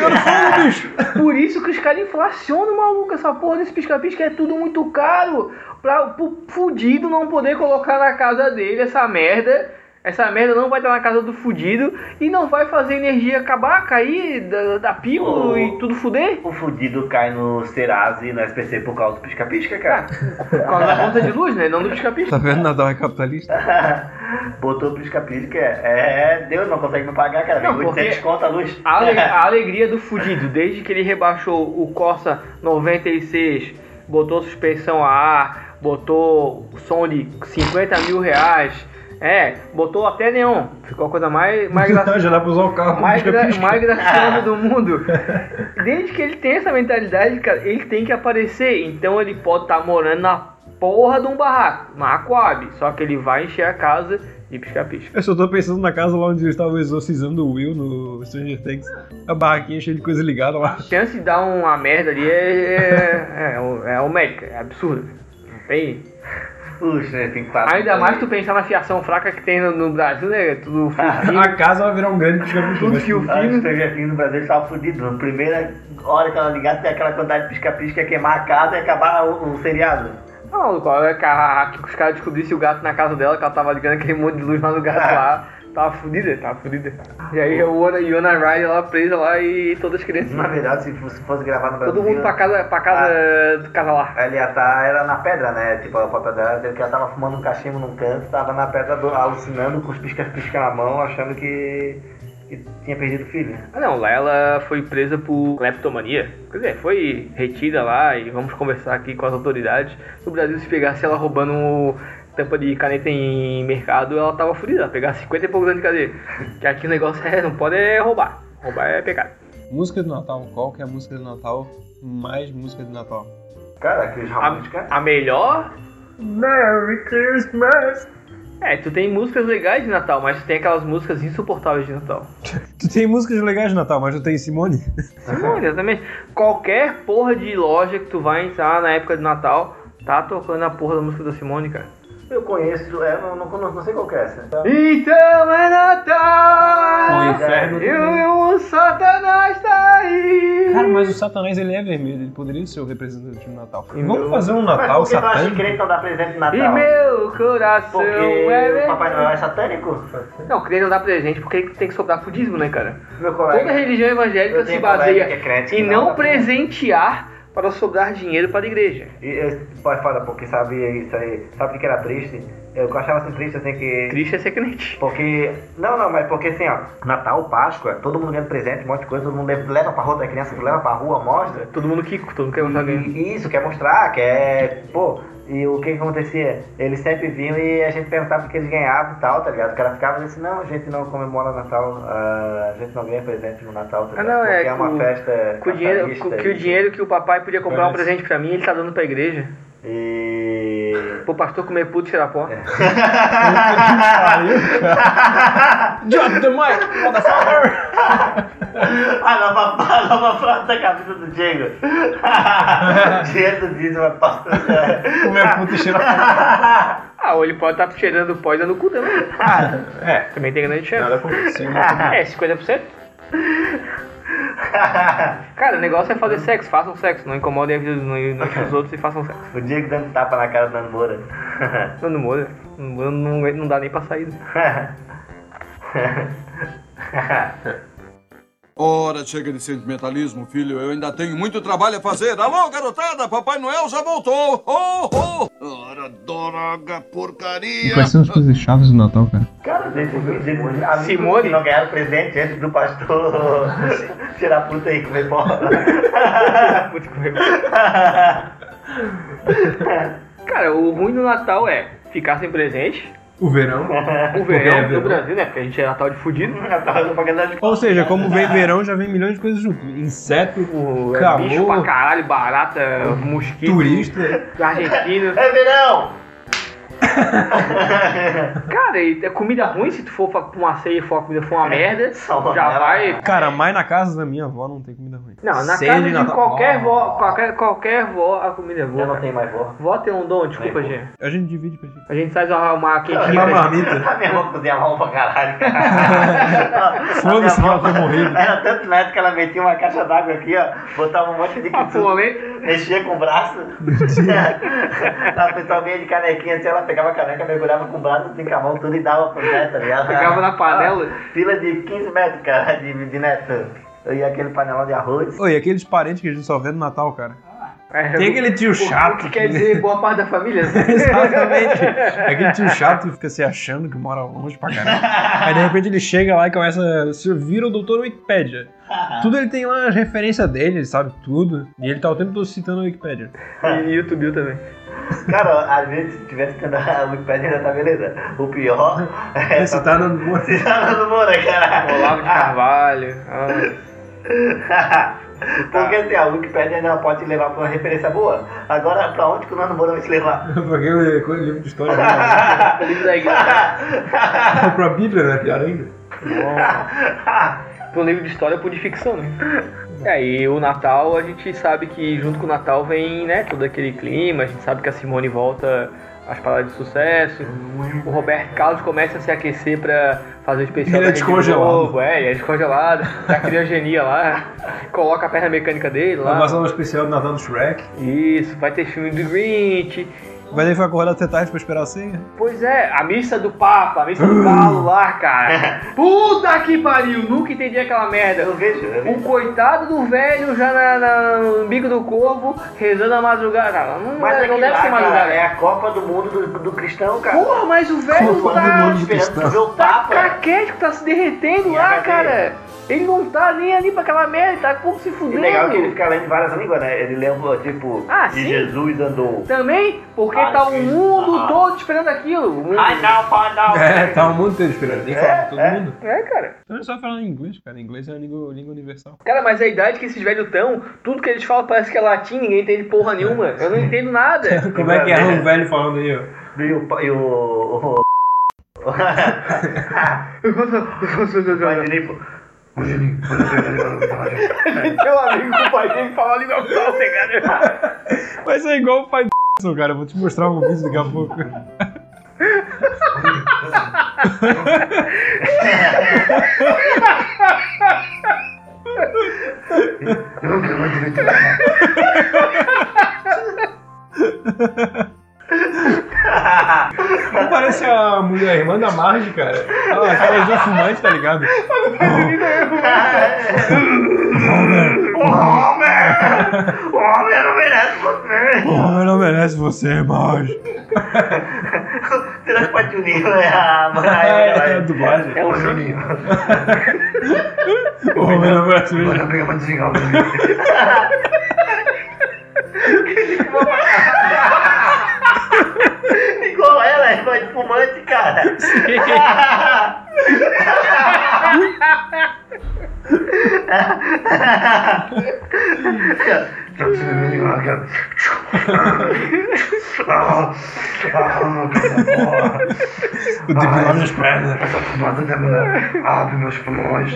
S8: Por isso que os caras inflacionam, maluco. Essa porra desse pisca-pisca é tudo muito caro. Pra o fudido não poder colocar na casa dele essa merda. Essa merda não vai estar na casa do fudido e não vai fazer a energia acabar, cair da, da pila
S4: Oh.
S8: e tudo fuder.
S4: O fudido cai no Serasa e no SPC por causa do pisca-pisca,
S8: Cara,
S4: cara.
S8: por causa da conta de luz, né? Não do pisca-pisca.
S3: Tá vendo? Natal é capitalista.
S8: Ah.
S4: Botou pisca-pisca, é, é, Deus não consegue me pagar, cara.
S8: Não,
S4: Vem 800
S8: porque-
S4: conto a luz.
S8: A, ale- a alegria do fudido, desde que ele rebaixou o Corsa 96, botou suspensão a ar, botou som de 50 mil reais, é, botou até neon, ficou a coisa mais, mais engraçada.
S10: Já dá pra usar o carro.
S8: mais, gra- mais graciosa do mundo. Desde que ele tem essa mentalidade, cara, ele tem que aparecer. Então ele pode estar morando na porra de um barraco, na Aquab. Só que ele vai encher a casa de pisca-pisca.
S3: Eu só tô pensando na casa lá onde eu estava exorcizando o Will no Stranger Things. A barraquinha cheia de coisa ligada lá.
S8: A chance de dar uma merda ali é, é, é, o- é o médico, é absurdo. Não tem.
S4: Puxa, né, tem quatro.
S8: Ainda mais tu pensar na fiação fraca que tem no, no Brasil, né? Tudo fofinho,
S3: A casa vai virar um grande pisca-pisca.
S8: tudo que o né?
S4: Antes
S8: filho.
S4: que eu já fiz no Brasil, estava fudido. Na primeira hora que ela ligasse, tem aquela quantidade de pisca-pisca, ia queimar a casa e acabar o, o seriado.
S8: Ah, maluco, a hora que a- que os caras descobrissem o gato na casa dela, que ela tava ligando aquele monte de luz lá no gato lá. Tava fudida, tava fodida. E aí a Ona, Yona Ryder lá presa lá e todas as crianças.
S4: Na verdade, se fosse, fosse gravar no Brasil.
S8: Todo mundo tá pra casa, pra casa do casalar.
S4: Ela ia tá, era na pedra, né? Tipo, o papel dela dizendo que ela tava fumando um cachimbo num canto, tava na pedra do- alucinando com os pisca-pisca na mão, achando que, que tinha perdido o filho.
S8: Ah não, lá ela foi presa por cleptomania. Quer dizer, foi retida lá e vamos conversar aqui com as autoridades. No Brasil, se pegasse ela roubando tampa de caneta em mercado, ela tava fodida. Ela Pegava 50 e poucos anos de cadeia. Que aqui o negócio é, não pode é roubar. Roubar é pecado.
S3: Música do Natal, qual que é a música do Natal mais música do Natal?
S4: Cara, que os Ramones, cara.
S8: A, a melhor...
S10: Merry Christmas!
S8: É, tu tem músicas legais de Natal, mas tu tem aquelas músicas insuportáveis de Natal.
S3: Tu tem músicas legais de Natal, mas não tem Simone?
S8: Simone, exatamente. Qualquer porra de loja que tu vai entrar na época de Natal, tá tocando a porra da música da Simone, cara.
S4: Eu conheço, é, não, não, não, não sei qual que é essa.
S8: Então é Natal!
S3: O inferno
S8: E o Satanás tá aí!
S3: Cara, mas o Satanás ele é vermelho, ele poderia ser o representante do Natal.
S8: E
S3: Vamos
S8: meu-
S3: fazer um
S4: Mas
S3: Natal
S4: por que tu acha que é
S3: satânico?
S4: crente não dá presente de
S8: E
S4: Natal?
S8: meu coração
S4: Porque
S8: é
S4: o
S8: ver-
S4: Papai Noel é satânico?
S8: Não, crente não dá presente porque tem que sobrar pro dízimo, né, cara?
S4: Meu
S8: Toda
S4: colega.
S8: religião evangélica
S4: Eu
S8: se
S4: tenho colega que
S8: baseia
S4: é crente.
S8: em
S4: que
S8: não
S4: dá presente.
S8: presentear para sobrar dinheiro para a igreja.
S4: E esse pai fala porque sabia isso aí, sabe o que era triste? Eu achava assim triste assim que.
S8: Triste é ser crente.
S4: Porque. Não, não, mas porque assim, ó, Natal, Páscoa, todo mundo ganha presente, um monte de coisa, todo mundo leva leva pra rua da criança, leva pra rua, mostra.
S8: Todo mundo quico, todo mundo quer mostrar ganhando.
S4: E isso, quer mostrar, quer. Pô, e o que que acontecia? Eles sempre vinham e a gente perguntava o que eles ganhavam e tal, tá ligado? O cara ficava assim, não, a gente não comemora Natal, ah, a gente não ganha presente no Natal, tá
S8: Ah,
S4: ligado?
S8: não,
S4: Porque
S8: é
S4: é uma
S8: com-
S4: festa.
S8: Com o dinheiro,
S4: capitalista
S8: com- que o
S4: e-
S8: dinheiro que o papai podia comprar um
S3: Parece.
S8: presente pra mim, ele tá dando pra igreja.
S4: E.
S8: Pro pastor comer puto e tirar pó.
S3: Drop the mic, motherfucker!
S4: A nova, a nova frase da cabeça do Diego. dinheiro do dízimo é pastor.
S3: Como é puta cheira
S8: Ah, ou ele pode estar tá cheirando pó e dando cu também.
S3: É,
S8: Também tem grande chance.
S3: nada aconteceu. mas tudo bem.
S8: É, 50%. Cara, o negócio é fazer sexo, façam sexo, não incomodem a vida dos- não- dos outros e façam sexo.
S4: o Diego dando tapa na cara do Nando Moura.
S8: Não, não muda, não, muda, não, não dá nem pra sair.
S7: Ora, chega de sentimentalismo, filho. Eu ainda tenho muito trabalho a fazer. Alô, garotada, Papai Noel já voltou. Oh, oh. Ora, droga, porcaria.
S3: Quais são as coisas chaves do Natal, cara?
S4: Cara, desde desde- amigos
S8: Simone?
S4: que não ganharam presente antes do pastor tirar a puta aí e comer bola.
S8: Muito correio. Cara, o ruim do Natal é ficar sem presente,
S10: O verão.
S8: o
S10: é
S8: verão do
S10: verão.
S8: Brasil, né? Porque a gente é Natal de fudido,
S4: Eu tava fazendo propaganda de
S3: Ou seja, como vem verão, já vem milhões de coisas junto. Inseto,
S8: o- é
S3: Calor.
S8: bicho pra caralho, barata, mosquito,
S3: turista.
S8: argentino.
S4: É verão!
S8: Cara, e é comida ruim se tu for pra pra uma ceia e for a comida for uma merda,
S4: É, Salva
S8: já
S4: ela.
S8: vai.
S3: Cara, mais na casa da minha avó não tem comida ruim.
S8: Não, na
S3: Ceia
S8: casa de,
S3: Natal-
S8: qualquer
S3: Ó.
S8: vó, qualquer, qualquer vó, a comida é boa.
S4: Eu não
S8: cara.
S4: tenho mais vó.
S8: Vó tem um dom, desculpa,
S4: Nem vou.
S8: gente.
S3: A gente divide pra gente.
S8: A gente faz uma, uma quentinha.
S3: Uma
S8: pra gente.
S3: marmita.
S4: A minha irmã cozinha mal pra caralho.
S3: Foda-se que ela foi morrida.
S4: Era tanto neto que ela metia uma caixa d'água aqui, ó, botava um monte de
S8: A fome, hein?
S4: mexia com o braço. a pessoa vinha de canequinha assim, ela pegava a caneca, mergulhava com o braço, assim, com a mão tudo e dava pro neto, tá ligado?
S8: Pegava na panela.
S4: Fila de 15 metros, cara, de, de neto. E aquele panelão de arroz.
S3: Oi, aqueles parentes que a gente só vê no Natal, cara.
S8: É,
S3: Tem aquele tio
S8: o-
S3: chato. né?
S8: O que quer dizer boa parte da família? né?
S3: Exatamente. Aquele tio chato que fica se achando que mora longe pra caralho. Aí de repente ele chega lá e começa. Se vira o doutor Wikipédia. Tudo ele tem lá as referências dele, ele sabe tudo. E ele tá o tempo todo citando o Wikipédia.
S8: E YouTube também.
S4: Cara, às vezes se tivesse que andar muito perto ainda tá beleza. O pior é.
S3: Esse tá no-
S4: Se tá no Moura, cara.
S8: Olavo de Carvalho. Ah,
S4: Porque assim, a Wikipedia ainda pode te levar pra uma referência boa. Agora, pra onde que o Nando Moura vai te levar?
S10: Pra aquele co- livro de história. né?
S8: feliz da igreja.
S10: pra Bíblia, né? Pior ainda.
S8: Pro livro de história pro de ficção, né? E aí, o Natal, a gente sabe que junto com o Natal vem, né, todo aquele clima, a gente sabe que a Simone volta às paradas de sucesso, o Roberto Carlos começa a se aquecer pra fazer o
S10: Ele
S8: especial
S10: é
S8: da Rede
S10: descongelado.
S8: Globo, é, ele é descongelado, já cria genia lá, coloca a perna mecânica dele
S10: Vai
S8: lá.
S10: passar um especial do Natal do Shrek.
S8: Isso, vai ter filme do Grinch.
S3: Vai ter que ficar acordado até tarde pra esperar a ceia?
S8: Pois é, a missa do Papa, a missa do Galo lá, cara. Puta que pariu, nunca entendi aquela merda. O coitado do velho já na, na- no bico do corvo, rezando a madrugada. Cara, Não,
S4: Mas
S8: é- não
S4: aqui
S8: deve
S4: lá,
S8: ser madrugada.
S4: cara, é a Copa do Mundo do, do Cristão, cara.
S8: Porra, mas o velho
S4: Copa
S8: tá-
S4: do Mundo do Cristão. Ver o
S8: Tá
S4: Papa. é
S8: caquético, tá se derretendo lá, cara. Ele não tá nem ali pra aquela merda, ele tá como se
S4: E
S8: fudendo.
S4: legal que ele fica lendo várias línguas, né? Ele lembra, tipo,
S8: Ah,
S4: e
S8: sim.
S4: Jesus andou.
S8: Também, porque
S4: Ah,
S8: tá o
S4: sim.
S8: mundo
S4: Ah.
S8: todo esperando aquilo.
S4: Ai, não, pai, não.
S3: É, tá o mundo todo esperando. Tem que falar com todo mundo.
S8: É, cara.
S3: Então é só falar em inglês, cara. Inglês é uma língua, língua universal.
S8: Cara, mas a idade que esses velhos tão, tudo que eles falam parece que é latim, ninguém entende porra nenhuma. Eu não entendo nada.
S3: Como é que é um velho falando aí, ó?
S4: E o. pa- E o. o... Pai dele, pô.
S8: Meu amigo, o pai dele fala ali não cara.
S3: Mas é igual o pai do cara. Eu Vou te mostrar um vídeo daqui a pouco. Não parece a mulher a irmã da Marge, cara. Ah, aquela de fumante, tá ligado?
S4: O homem não merece você.
S3: Porra, não merece você, Marge.
S4: Tira pra Juninho, é a mãe.
S3: É, é dublagem.
S4: É o Juninho.
S3: Porra, não merece você.
S4: Agora pega pra desligar o Igual ela, irmã de fumante, cara.
S3: O debilão nas pernas.
S4: Abre meus pulmões.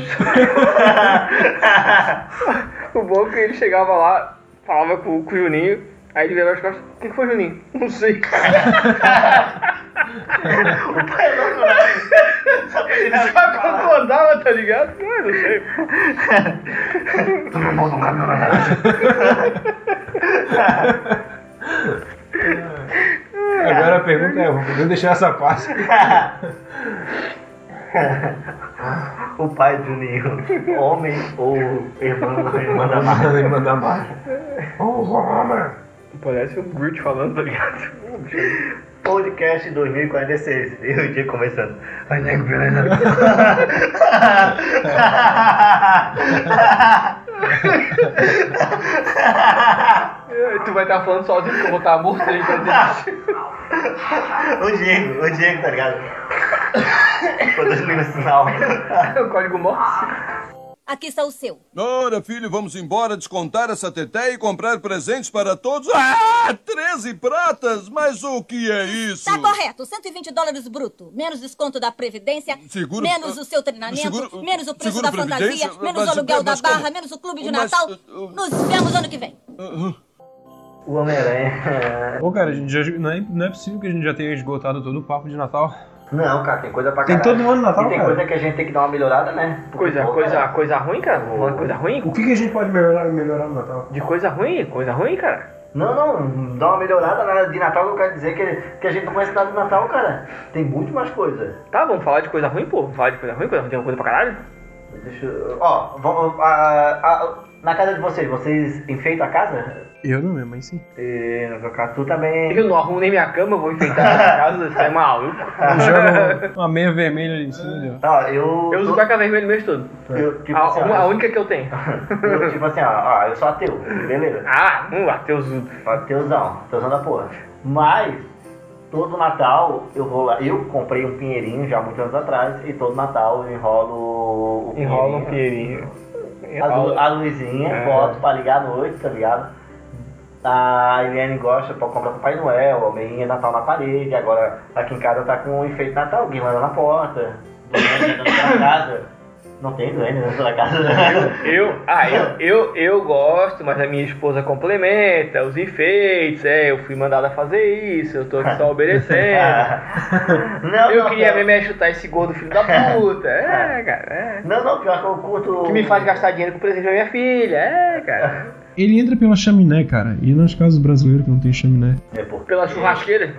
S8: O bom é que ele chegava lá, falava com, com o Juninho, aí ele virava as costas, o que que foi, Juninho? Não sei.
S4: O pai não não. Só pra ele
S8: Só quando andava, tá ligado? Ah, não sei.
S4: Tu não monta um caminhão na garagem.
S3: Agora a pergunta é, vou poder deixar essa parte.
S4: O pai do Juninho, homem ou irmão, irmã da Marta?
S3: Irmã da Marge.
S8: Parece o Groot falando, tá ligado?
S4: Podcast 2046. E o dia começando.
S11: Tá
S4: Ai, nego, beleza.
S8: É, tu vai estar falando sozinho que eu vou estar morto né? Então, aí pra dizer.
S4: o Diego, o Diego, tá ligado? Quando liga o sinal.
S8: O código morse.
S12: Aqui está o seu.
S7: Ora, filho, vamos embora descontar essa teté e comprar presentes para todos. Ah, 13 pratas? Mas o que é isso?
S12: Tá correto, 120 dólares bruto, menos desconto da Previdência,
S7: Hum, Seguro-
S12: menos o seu treinamento,
S7: seguro-
S12: menos o preço
S7: seguro
S12: da
S7: previdência?
S12: fantasia, menos
S7: Mas-
S12: o aluguel
S7: mas
S12: da
S7: como?
S12: barra, menos o clube de
S7: Mas,
S12: Natal.
S7: uh, uh,
S12: Nos vemos ano que vem.
S7: Ah,
S4: O Homem-Aranha.
S3: Pô, cara, a gente já, não, é, não é possível que a gente já tenha esgotado todo o papo de Natal.
S4: Não, cara, tem coisa pra
S3: Tem
S4: caralho.
S3: todo ano Natal,
S4: E tem
S3: cara.
S4: coisa que a gente tem que dar uma melhorada, né? Porque,
S8: Coisa,
S4: pô,
S8: coisa,
S4: cara,
S8: coisa ruim, cara? Uma coisa ruim?
S3: O que, que a gente pode melhorar, melhorar no Natal?
S8: De coisa ruim? Coisa ruim, cara?
S4: Não, não, dá uma melhorada nada de Natal, eu quero dizer que, que a gente não conhece nada de Natal, cara. Tem muito mais coisa.
S8: Tá, vamos falar de coisa ruim, pô? Vamos falar de coisa ruim? Coisa ruim tem alguma coisa pra caralho?
S4: Deixa eu... Ó, vamos... a- a- na casa de vocês, vocês enfeitam a casa?
S3: Eu não, minha mãe sim.
S4: E, no meu caso, tu também...
S8: Eu não arrumo nem minha cama, eu vou enfeitar a minha casa, você é maluco.
S3: Eu jogo uma meia vermelha ali em cima. ali, ó.
S4: Ó, Tá, eu...
S8: Eu uso cueca vermelha o mês todo.
S4: eu, tipo
S8: A,
S4: assim, ó,
S8: uma- a única que eu tenho.
S4: eu, tipo assim, ó, ó, eu sou ateu, beleza?
S8: Ah, um ateuzudo.
S4: Ateuzão, ateuzão da porra. Mas, todo Natal, eu vou lá... Eu comprei um pinheirinho já há muitos anos atrás, e todo Natal eu enrolo o
S8: Enrola um
S4: pinheirinho.
S8: pinheirinho.
S4: A, lu-
S8: Enrola.
S4: a luzinha,
S8: É.
S4: boto pra ligar à noite, tá ligado? A Eliane gosta pra comprar com o Pai Noel, a meinha Natal na parede, agora aqui em casa tá com um enfeite Natal, guirlanda na porta, duende na casa. Não tem né? Tá duende dentro da casa.
S8: Eu, ah, eu, eu, eu gosto, mas a minha esposa complementa os enfeites, é, eu fui mandada fazer isso, eu tô aqui só obedecendo.
S4: não,
S8: Eu
S4: não,
S8: queria
S4: pior-
S8: mesmo é chutar esse gordo filho da puta, é, cara, é.
S4: Não, não, pior que eu curto.
S8: Que me faz gastar dinheiro com presente da minha filha, é, cara.
S11: Ele entra pela chaminé, cara. E nas casas brasileiras que não tem chaminé.
S4: é
S8: Pela churrasqueira.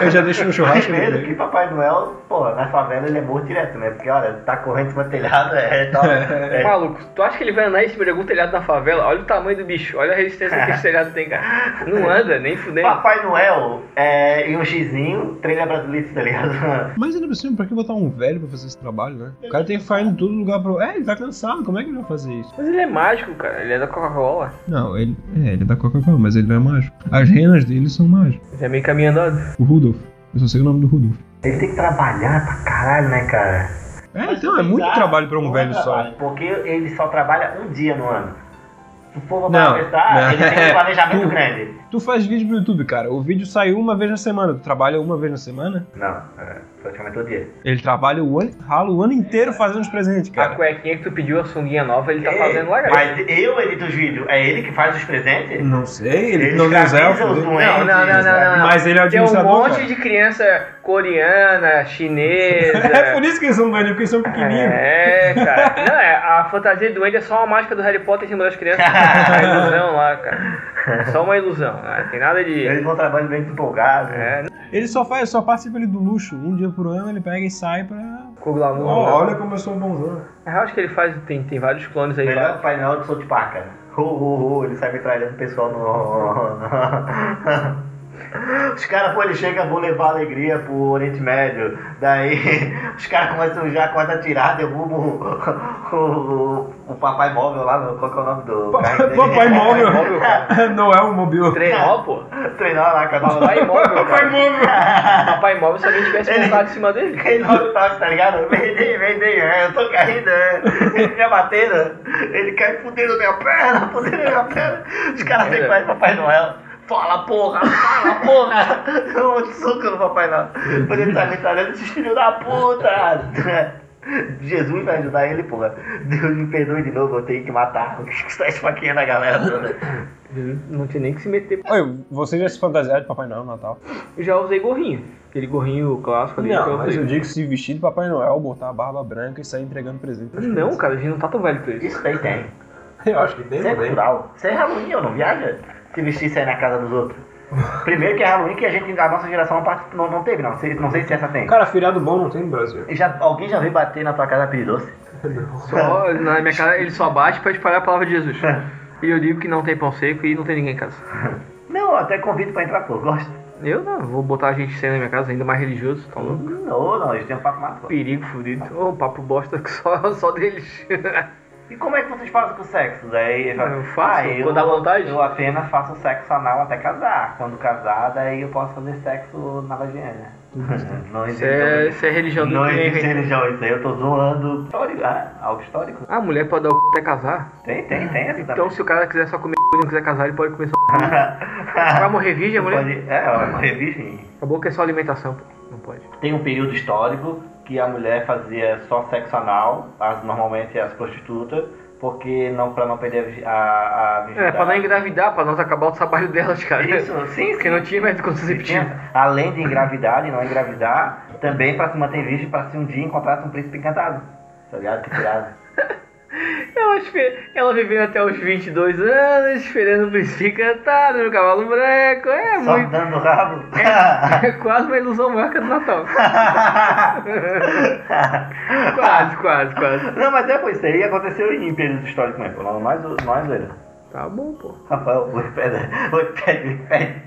S11: Eu já deixo no churrasco,
S4: Primeiro
S11: né?
S4: que Papai Noel, pô, na favela ele é morto direto, né? Porque, olha, tá correndo em cima do telhado, é tal. é.
S8: Maluco, tu acha que ele vai andar em cima de algum telhado na favela? Olha o tamanho do bicho, olha a resistência que esse telhado tem, cara. Não anda, nem fudendo.
S4: Papai Noel é, e um xizinho, trailer brasileiro, tá ligado?
S11: Mas ainda por cima, pra que botar um velho pra fazer esse trabalho, né? O cara tem que falar em todo lugar pra. É, ele tá cansado, como é que ele vai fazer isso?
S8: Mas ele é mágico, cara, ele é da Coca-Cola.
S11: Não, ele. É, ele é da Coca-Cola, mas ele não é mágico. As renas dele são mágicas.
S8: Ele é meio caminho andado.
S11: O Rudolf. Eu só sei o nome do Rudolf.
S4: Ele tem que trabalhar pra caralho, né, cara?
S11: É, então, é muito trabalho pra um velho só.
S4: Porque ele só trabalha um dia no ano. Se for pra
S11: Não,
S4: pensar, ele tem um planejamento
S11: tu,
S4: grande.
S11: Tu faz vídeo pro YouTube, cara. O vídeo sai uma vez na semana. Tu trabalha uma vez na semana?
S4: Não, é, praticamente todo dia.
S11: Ele trabalha o ano, rala o ano inteiro fazendo os presentes,
S8: A
S11: cara. É,
S8: cuequinha que tu pediu, a sunguinha nova, ele tá fazendo lá, cara.
S4: Mas eu edito os vídeos, é ele que faz os presentes?
S11: Não sei, ele,
S4: Ele
S11: não deu
S4: escraviza
S11: Zé.
S4: os
S11: fudeu.
S4: doentes,
S8: Não, não, não, não, não.
S11: Mas ele é
S8: Tem um
S11: administrador,
S8: monte
S11: cara.
S8: de criança coreana, chinesa.
S11: É por isso que eles são velhos, porque eles são pequenininhos.
S8: É, cara. Não, é, a fantasia de duende é só uma mágica do Harry Potter em cima das crianças. É uma ilusão lá, cara. É Só uma ilusão. Não tem nada de.
S11: É.
S4: Eles vão trabalhar bem empolgados.
S8: É.
S11: Ele só faz, só participa ali do luxo. Um dia por ano ele pega e sai pra.
S8: Com glamour.
S11: Ó,
S8: né?
S11: olha como eu sou um bonzão.
S8: Eu acho É que ele faz. Tem, tem vários clones aí.
S4: Melhor que painel do South Park, cara. Hu, hu, hu, ele sai metralhando o pessoal no. Os caras, pô, ele chega, vou levar alegria pro Oriente Médio. Daí, os caras começam já quase a tirar, derrubam o, o, o Papai Móvel lá, no, qual que é o nome do. carro dele?
S11: Papai móvel.
S8: cara.
S11: não é um mobil.
S8: Trenó, pô.
S4: Treinar lá, cara.
S8: Papai móvel. cara.
S11: Papai móvel.
S8: Papai móvel se alguém tivesse montado em cima dele.
S4: Ele não toque, tá ligado? Vem, vem, vem, vem, é, eu tô caindo, é. Eles me abateram, né? ele cai fudendo minha perna, fudendo minha perna. Os caras têm mais Papai Noel. Fala porra, fala porra! Eu vou de suco no Papai Noel. Quando ele tá me trazendo esses filhos da puta! Jesus vai ajudar ele, porra. Deus me perdoe de novo, eu tenho que matar. Está esfaqueando a galera toda.
S8: Não tinha nem que se meter.
S11: Oi, você já se fantasiaram de Papai Noel no Natal?
S8: Eu já usei gorrinho. Aquele gorrinho clássico ali. que
S11: Não,
S8: eu
S11: mas
S8: usei.
S11: eu digo se vestir de Papai Noel, botar a barba branca e sair entregando presente. pras
S8: Não, cara, a gente não tá tão velho pra isso.
S4: Isso daí tem.
S11: Eu acho que tem,
S8: Né?
S4: Isso é cultural. Isso é Halloween, eu não viaja se vestir e sair na casa dos outros. Primeiro que é Halloween que a gente, a nossa geração não, part- não, não teve, não. Sei- Não sei se essa tem.
S11: Cara, feriado bom não tem no Brasil.
S4: E Já, alguém já veio bater na tua casa pedir doce?
S8: Só, na minha cara, ele só bate pra espalhar a palavra de Jesus. E eu digo que não tem pão seco e não tem ninguém em casa.
S4: Não, eu até convido pra entrar, pô. Gosto.
S8: Eu não, vou botar a gente sendo na minha casa, ainda mais religioso, tá louco?
S4: Não, não, eles têm um papo mais pô.
S8: Perigo fudido. Ô, papo bosta que só, só deles.
S4: E como é que vocês fazem com o sexo? Daí eu,
S8: Eu faço, quando dá
S4: vontade? Eu apenas faço sexo anal até casar. Quando casar, daí eu posso fazer sexo na vagina. Não
S8: Isso é, isso é religião do
S4: Não
S8: crime,
S4: existe
S8: hein?
S4: religião, isso aí eu tô zoando. Histórico, ah, algo histórico.
S8: Ah, mulher pode dar o c até casar?
S4: Tem, tem, tem essa
S8: Então se o cara quiser só comer c e não quiser casar, ele pode comer só c. Vai morrer virgem, a mulher?
S4: Pode- é, ela morrer virgem.
S8: Acabou que é só alimentação, pô. Não pode.
S4: Tem um período histórico que a mulher fazia só sexo anal, as, normalmente as prostitutas, porque não, pra não perder a, virgi- a, a
S8: É,
S4: virgindade.
S8: pra não engravidar, pra não acabar o trabalho delas, cara.
S4: Isso, sim,
S8: Porque não tinha método conceptivo.
S4: Tinha, além de engravidar e não engravidar, também pra se manter virgem, pra se um dia encontrasse um príncipe encantado. Tá ligado? Que tirado.
S8: Eu acho que ela vivendo até os 22 anos, esperando o príncipe encantado no cavalo branco. É
S4: Só
S8: muito.
S4: dando rabo.
S8: É, é quase uma ilusão marca do Natal. quase, quase, quase.
S4: Não, mas é foi isso aí aconteceu em período histórico mesmo. Não, nós, nós, velho.
S8: Tá bom, pô.
S4: Rafael, Wikipedia, Wikipedia, Wikipedia.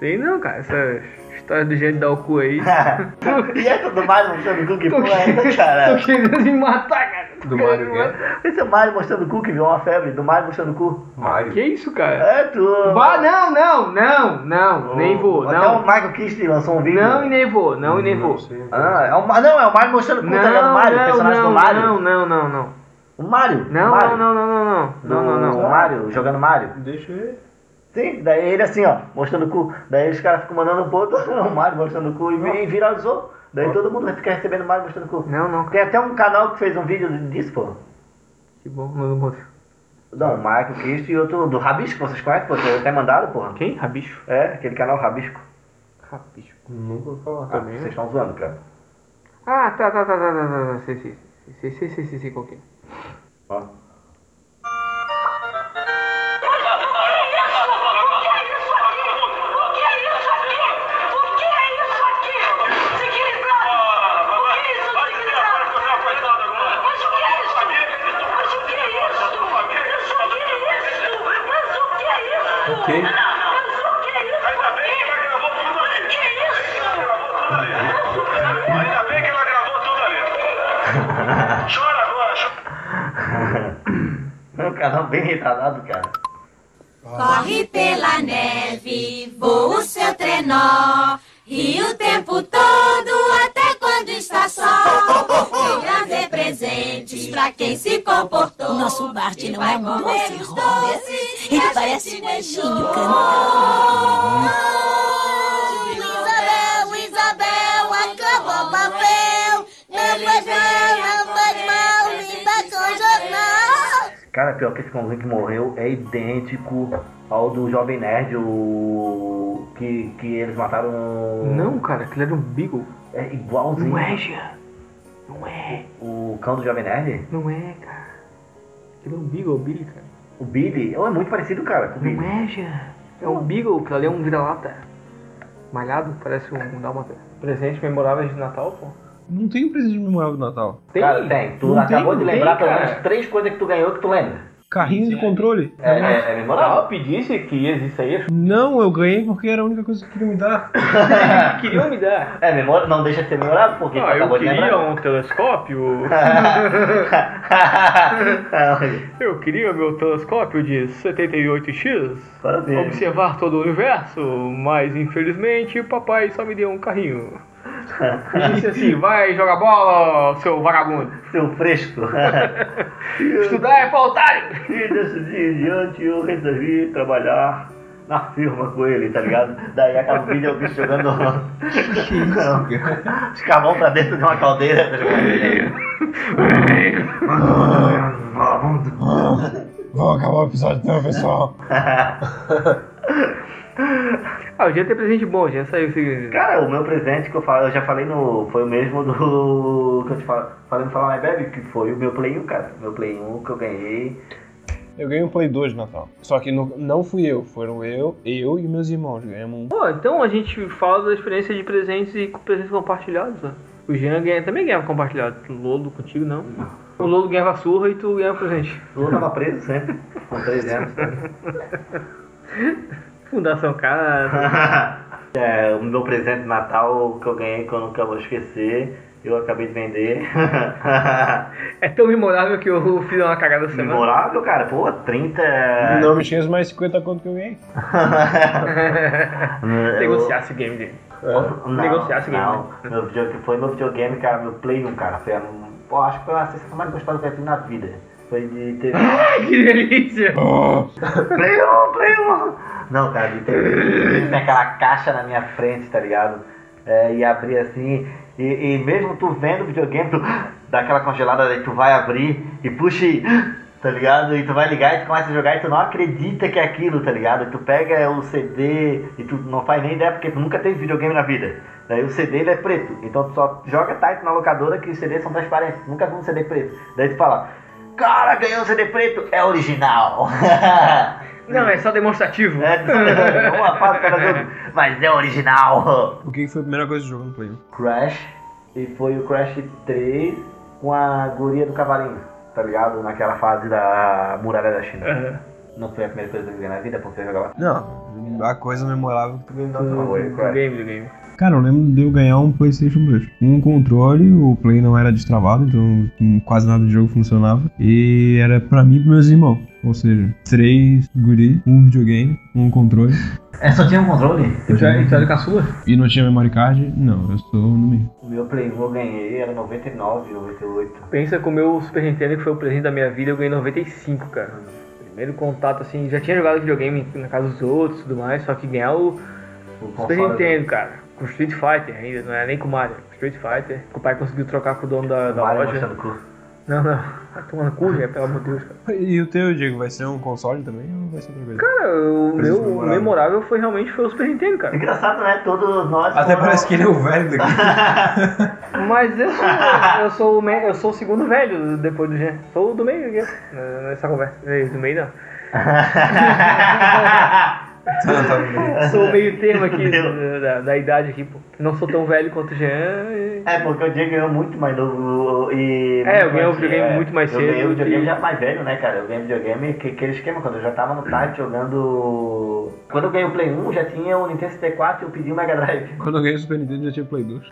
S8: Sei não, cara. Essa história do gente dar o cu aí.
S4: E essa do Mario mostrando o que
S8: Tô
S4: porra é essa, cara?
S8: Tô querendo me matar, cara.
S4: Do Mario, Esse é o Mario mostrando o cu que virou uma febre, do Mario mostrando o cu.
S8: Mario. Que isso, cara?
S4: É, tu.
S8: Vá, não, não, não, não. nem vou,
S4: Até
S8: não.
S4: o Michael Kisley lançou um vídeo.
S8: Não, e nem vou, não, e nem vou.
S4: Ah, é o Ma- não, é o Mario mostrando o cu, tá ligado? O Mario, o personagem
S8: não,
S4: do Mario.
S8: Não, não, não, não.
S4: O Mario?
S8: Não,
S4: o Mario.
S8: não, não, não, não, não. Não, não,
S4: Do
S8: não.
S4: Mario, jogando Mario.
S11: Deixa ele.
S4: Sim, daí ele assim, ó, mostrando o cu. Daí os caras ficam mandando foto, o Mario mostrando o cu e vi- e viralizou. Daí todo mundo fica recebendo o Mario mostrando o cu.
S8: Não, não.
S4: Tem até um canal que fez um vídeo disso, pô.
S8: Que bom, não vou.
S4: Não, o Michael Kisto e outro do Rabisco, vocês conhecem, pô? Vocês até mandaram, porra.
S8: Quem? Rabisco?
S4: É, aquele canal Rabisco.
S8: Rabisco.
S11: Nunca vou falar
S4: Ah, vocês estão zoando, cara.
S8: Ah, tá, tá, tá, tá, tá, tá, tá. Sei, sei, sei, sei, sei, sei, sei, sei, sei qual que é.
S4: Ó.
S10: Ok.
S4: É um canal bem retardado, cara.
S13: Corre pela neve, voa o seu trenó. E o tempo todo, até quando está sol. Vem trazer presentes pra quem se comportou. Nosso Bart não é um doce, Robert. Ele parece um anjinho cantando. Isabel, Isabel, acabou o papel. Não faz mal, não faz mal, limpa com o jornal.
S4: Cara, é pior que esse cãozinho que morreu é idêntico ao do Jovem Nerd, o. que, que eles mataram.
S8: Não, cara, aquele era um Beagle.
S4: É igualzinho.
S8: Não é, Jean. Não é.
S4: O cão do Jovem Nerd?
S8: Não é, cara. Aquele é um Beagle, o Billy, cara.
S4: O Billy? Oh, é muito parecido, cara, com o Billy.
S8: Não é, Jean. É um Beagle, que ali é um vira-lata. Malhado, parece um, um dálmata. Presente memorável de Natal, pô. um
S11: Não tem um presente memorável do Natal.
S4: Cara, tem. Tu
S11: Não
S4: acabou
S11: tem,
S4: de
S11: não
S4: lembrar
S11: tem,
S4: pelo
S11: cara.
S4: menos três coisas que tu ganhou que tu lembra.
S11: Carrinho de controle?
S4: É, é, é memorável.
S8: Top disse que existe aí.
S11: Não, eu ganhei porque era a única coisa que queriam me dar.
S8: Queriam me dar.
S4: É, memória não deixa de ser memorável, porque tu
S8: Ah, eu
S4: acabou de
S8: queria
S4: lembrar.
S8: um telescópio. eu queria meu telescópio de 78x.
S4: Parabéns.
S8: Observar todo o universo, mas infelizmente papai só me deu um carrinho. E disse assim: vai jogar bola, seu vagabundo.
S4: Seu fresco.
S8: Estudar é pra otário.
S4: E desse dia em diante eu resolvi trabalhar na firma com ele, tá ligado? Daí acaba o vídeo, é o bicho jogando escavão pra dentro de uma caldeira, tá ligado?
S11: Vamos acabar o episódio então, pessoal.
S8: Ah, o dia tem presente bom, já saiu o seguinte.
S4: Cara, o meu presente que eu falei, eu já falei no. Foi o mesmo do. que eu te fal- falei no Fala Mais Bebe, que foi o meu Play 1, cara. Meu Play 1 que eu ganhei.
S11: Eu ganhei um Play 2 de Natal. Só que no- não fui eu, foram eu, eu e meus irmãos. Ganhamos um.
S8: Pô, então a gente fala da experiência de presentes e presentes compartilhados, né? O Jean ganha, também ganha compartilhado. O Lolo contigo não. O Lolo ganhava surra e tu ganhava presente.
S4: O Lula tava preso sempre, com 3 anos.
S8: Fundação Casa.
S4: É, o meu presente de Natal que eu ganhei que eu nunca vou esquecer, eu acabei de vender.
S8: é tão memorável que eu fiz uma cagada semana.
S4: Memorável, cara? Pô, 30.
S11: Não me esqueço mais 50 conto que eu ganhei.
S8: Negociasse o game dele.
S4: Não,
S8: Negociasse o game
S4: não.
S8: dele.
S4: Meu videogame foi meu videogame, cara, meu Play 1, cara. Foi a, pô, acho que foi a sensação mais gostosa que eu tive na vida. Foi de ter.
S8: que delícia!
S4: Play 1, Play 1! Não, cara, de ter, de ter aquela caixa na minha frente, tá ligado? É, e abrir assim. E, e mesmo tu vendo o videogame, tu dá aquela congelada aí, tu vai abrir e puxa e. Tá ligado? E tu vai ligar e tu começa a jogar e tu não acredita que é aquilo, tá ligado? E tu pega o CD e tu não faz nem ideia porque tu nunca teve videogame na vida. Daí o CD ele é preto. Então tu só joga tight na locadora que os CDs são transparentes. Nunca viu um CD preto. Daí tu fala, cara, ganhou um CD preto, é original.
S8: Não, é só demonstrativo.
S4: É, uma fase cada jogo, mas é original.
S11: O que foi a primeira coisa que jogou no Play 1?
S4: Crash, e foi o Crash 3 com a guria do cavalinho, tá ligado? Naquela fase da muralha da China.
S8: Aham.
S4: Não foi a primeira coisa que eu joguei na vida, porque eu jogava...
S11: Não, a coisa memorável que tu ganhou no
S4: Não,
S11: Natal.
S4: foi o Crash.
S8: game, do game.
S11: Cara, eu lembro de eu ganhar um PlayStation 2. Um controle, o Play não era destravado, então hum, quase nada de jogo funcionava. E era pra mim e pros meus irmãos. Ou seja, três guri, um videogame, um controle.
S4: É, só tinha um controle?
S11: Eu já- eu já era
S8: caçula?
S11: E não tinha memory card? Não, eu sou no meio.
S4: O meu Play 1 eu ganhei, era 99, 98.
S8: Pensa com o meu Super Nintendo, que foi o presente da minha vida, eu ganhei em 95, cara. Primeiro contato, assim, já tinha jogado videogame na casa dos outros e tudo mais, só que ganhar o
S4: O
S8: Super Nintendo, cara. Com Street Fighter ainda, não era nem com Mario. com Street Fighter, que o pai conseguiu trocar com o dono da, da loja. Não, não, vai tomar no cu, né? pelo amor de Deus, cara.
S11: E o teu, Diego, vai ser um console também ou vai ser outra coisa?
S8: Cara, o meu
S11: Presente
S8: memorável.
S11: memorável.
S8: foi realmente foi o Super Nintendo, cara.
S4: Engraçado, né? Todos nós...
S11: Até
S4: foram-
S11: parece que ele é o velho daqui.
S8: Mas eu sou, eu sou, o, me- eu sou o segundo velho depois do Jean. Sou o É, do meio aqui, nessa conversa. Eh, Do meio não.
S11: tá
S8: sou meio termo aqui da, da idade aqui, pô. Não sou tão velho quanto o Jean. e-
S4: É, porque o Diego ganhou muito mais novo e...
S8: É,
S4: muito
S8: eu ganhei o
S4: mais-
S8: videogame
S4: é,
S8: muito mais
S4: eu
S8: cedo
S4: ganhei o videogame
S8: e-
S4: já mais velho, né, cara? Eu ganhei o videogame, que, aquele esquema, quando eu já tava no site jogando... Quando eu ganhei o Play 1, já tinha o Nintendo 64 e eu pedi o Mega Drive.
S3: Quando eu ganhei o Super Nintendo já tinha Play 2.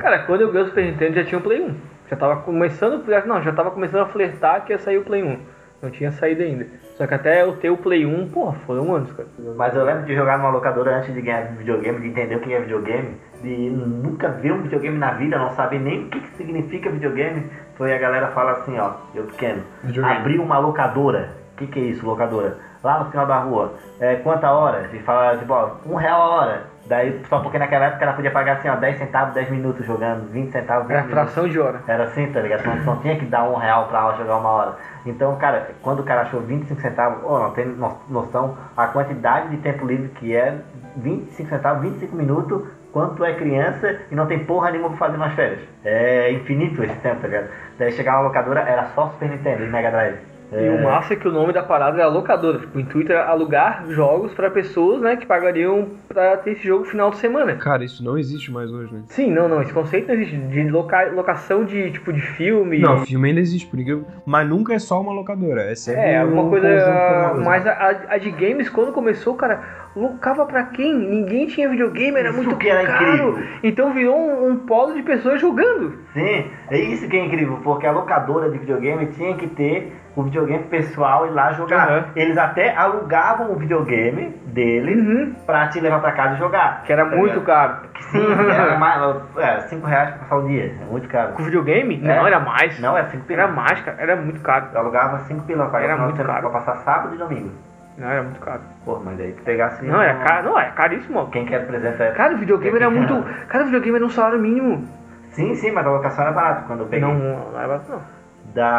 S8: Cara, quando eu ganhei o Super Nintendo já tinha o Play 1. Já tava começando. Não, já tava começando a flertar que ia sair o Play 1. Não tinha saído ainda. Só que até eu ter o Play 1, porra, foram anos, cara.
S4: Mas eu lembro de jogar numa locadora antes de ganhar videogame, de entender o que é videogame, de nunca ver um videogame na vida, não saber nem o que, que significa videogame. Foi a galera fala assim, ó, eu pequeno,
S6: Videogame.
S4: abri uma locadora. O que, que é isso, locadora? Lá no final da rua. É, quanta hora? E fala, tipo, ó, um real a hora. Daí, só porque naquela época ela podia pagar assim, ó, 10 centavos, 10 minutos jogando, 20 centavos, 20
S8: Era fração de hora.
S4: Era assim, tá ligado? Não, não tinha que dar um real pra jogar uma hora. Então, cara, quando o cara achou 25 centavos, oh, não tem no- noção a quantidade de tempo livre que é 25 centavos, 25 minutos, quanto é criança e não tem porra nenhuma pra fazer nas férias. É infinito esse tempo, tá ligado? Daí chegar uma locadora, era só Super Nintendo e Mega Drive.
S8: E
S4: É.
S8: o massa é que o nome da parada era locadora. Tipo, o intuito era alugar jogos pra pessoas, né, que pagariam pra ter esse jogo final de semana.
S3: Cara, isso não existe mais hoje, né?
S8: Sim, não, não. Esse conceito não existe. De loca- locação de tipo de filme.
S3: Não, filme ainda existe, por incrível. Mas nunca é só uma locadora. É sempre
S8: É,
S3: um
S8: alguma
S3: conjunto com uma
S8: coisa.
S3: coisa.
S8: Mas a, a- a de games, quando começou, cara, locava pra quem? Ninguém tinha videogame, era muito
S4: que era
S8: caro.
S4: incrível.
S8: Então virou um, um polo de pessoas jogando.
S4: Sim, é isso que é incrível, porque a locadora de videogame tinha que ter o videogame pessoal e lá jogar. Eles até alugavam o videogame dele pra te levar pra casa e jogar. tá
S8: Que era muito caro.
S4: Sim, era mais, é, 5 reais pra passar o dia, é muito caro.
S8: Com videogame? Não, era mais.
S4: Não, é 5
S8: Era mais, cara, era muito caro.
S4: Eu alugava 5 pila pra, no
S8: Era
S4: final
S8: muito
S4: de semana
S8: caro.
S4: pra passar sábado e domingo.
S8: Não, era muito caro.
S4: Pô, mas daí que pegasse... um-
S8: Não, era caro. Não, era caríssimo, ó.
S4: Quem quer presente é...
S8: Cara, o videogame era muito. Cara, o videogame era um salário mínimo.
S4: Sim, sim, mas a locação era barato quando eu peguei.
S8: Não, não era barato, não.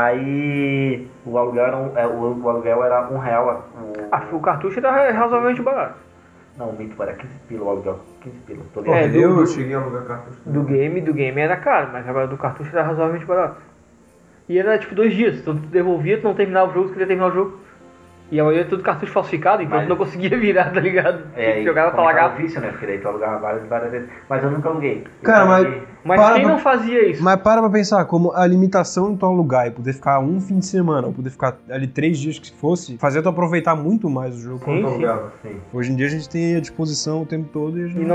S4: Daí o aluguel era um, é, o, o aluguel era um real. O,
S8: Ah, o cartucho era razoavelmente barato.
S4: Não, minto, era 15 pila o aluguel. 15 pila. Tô
S8: É,
S4: ligado.
S8: do- Eu do-
S4: cheguei a alugar cartucho.
S8: Do game, do game era caro, mas agora do cartucho era razoavelmente barato. E era tipo dois dias, então tu devolvia, tu não terminava o jogo, tu queria terminar o jogo. E a maioria é tudo cartucho falsificado, então
S4: Mas- É,
S8: tu não conseguia virar, tá ligado? Tinha que jogar na
S4: começava
S8: talagada.
S4: o vício, né? Porque daí tu alugava várias, várias vezes. Mas eu nunca aluguei.
S11: Cara, mas.
S8: Mas quem não fazia isso?
S11: Mas para pra pensar, como a limitação do teu lugar e poder ficar um fim de semana, ou poder ficar ali três dias que fosse, fazia tu aproveitar muito mais o jogo
S4: Sim,
S11: quando tu
S4: sim.
S11: alugava.
S4: Sim.
S11: Hoje em dia a gente tem a disposição o tempo todo e a gente...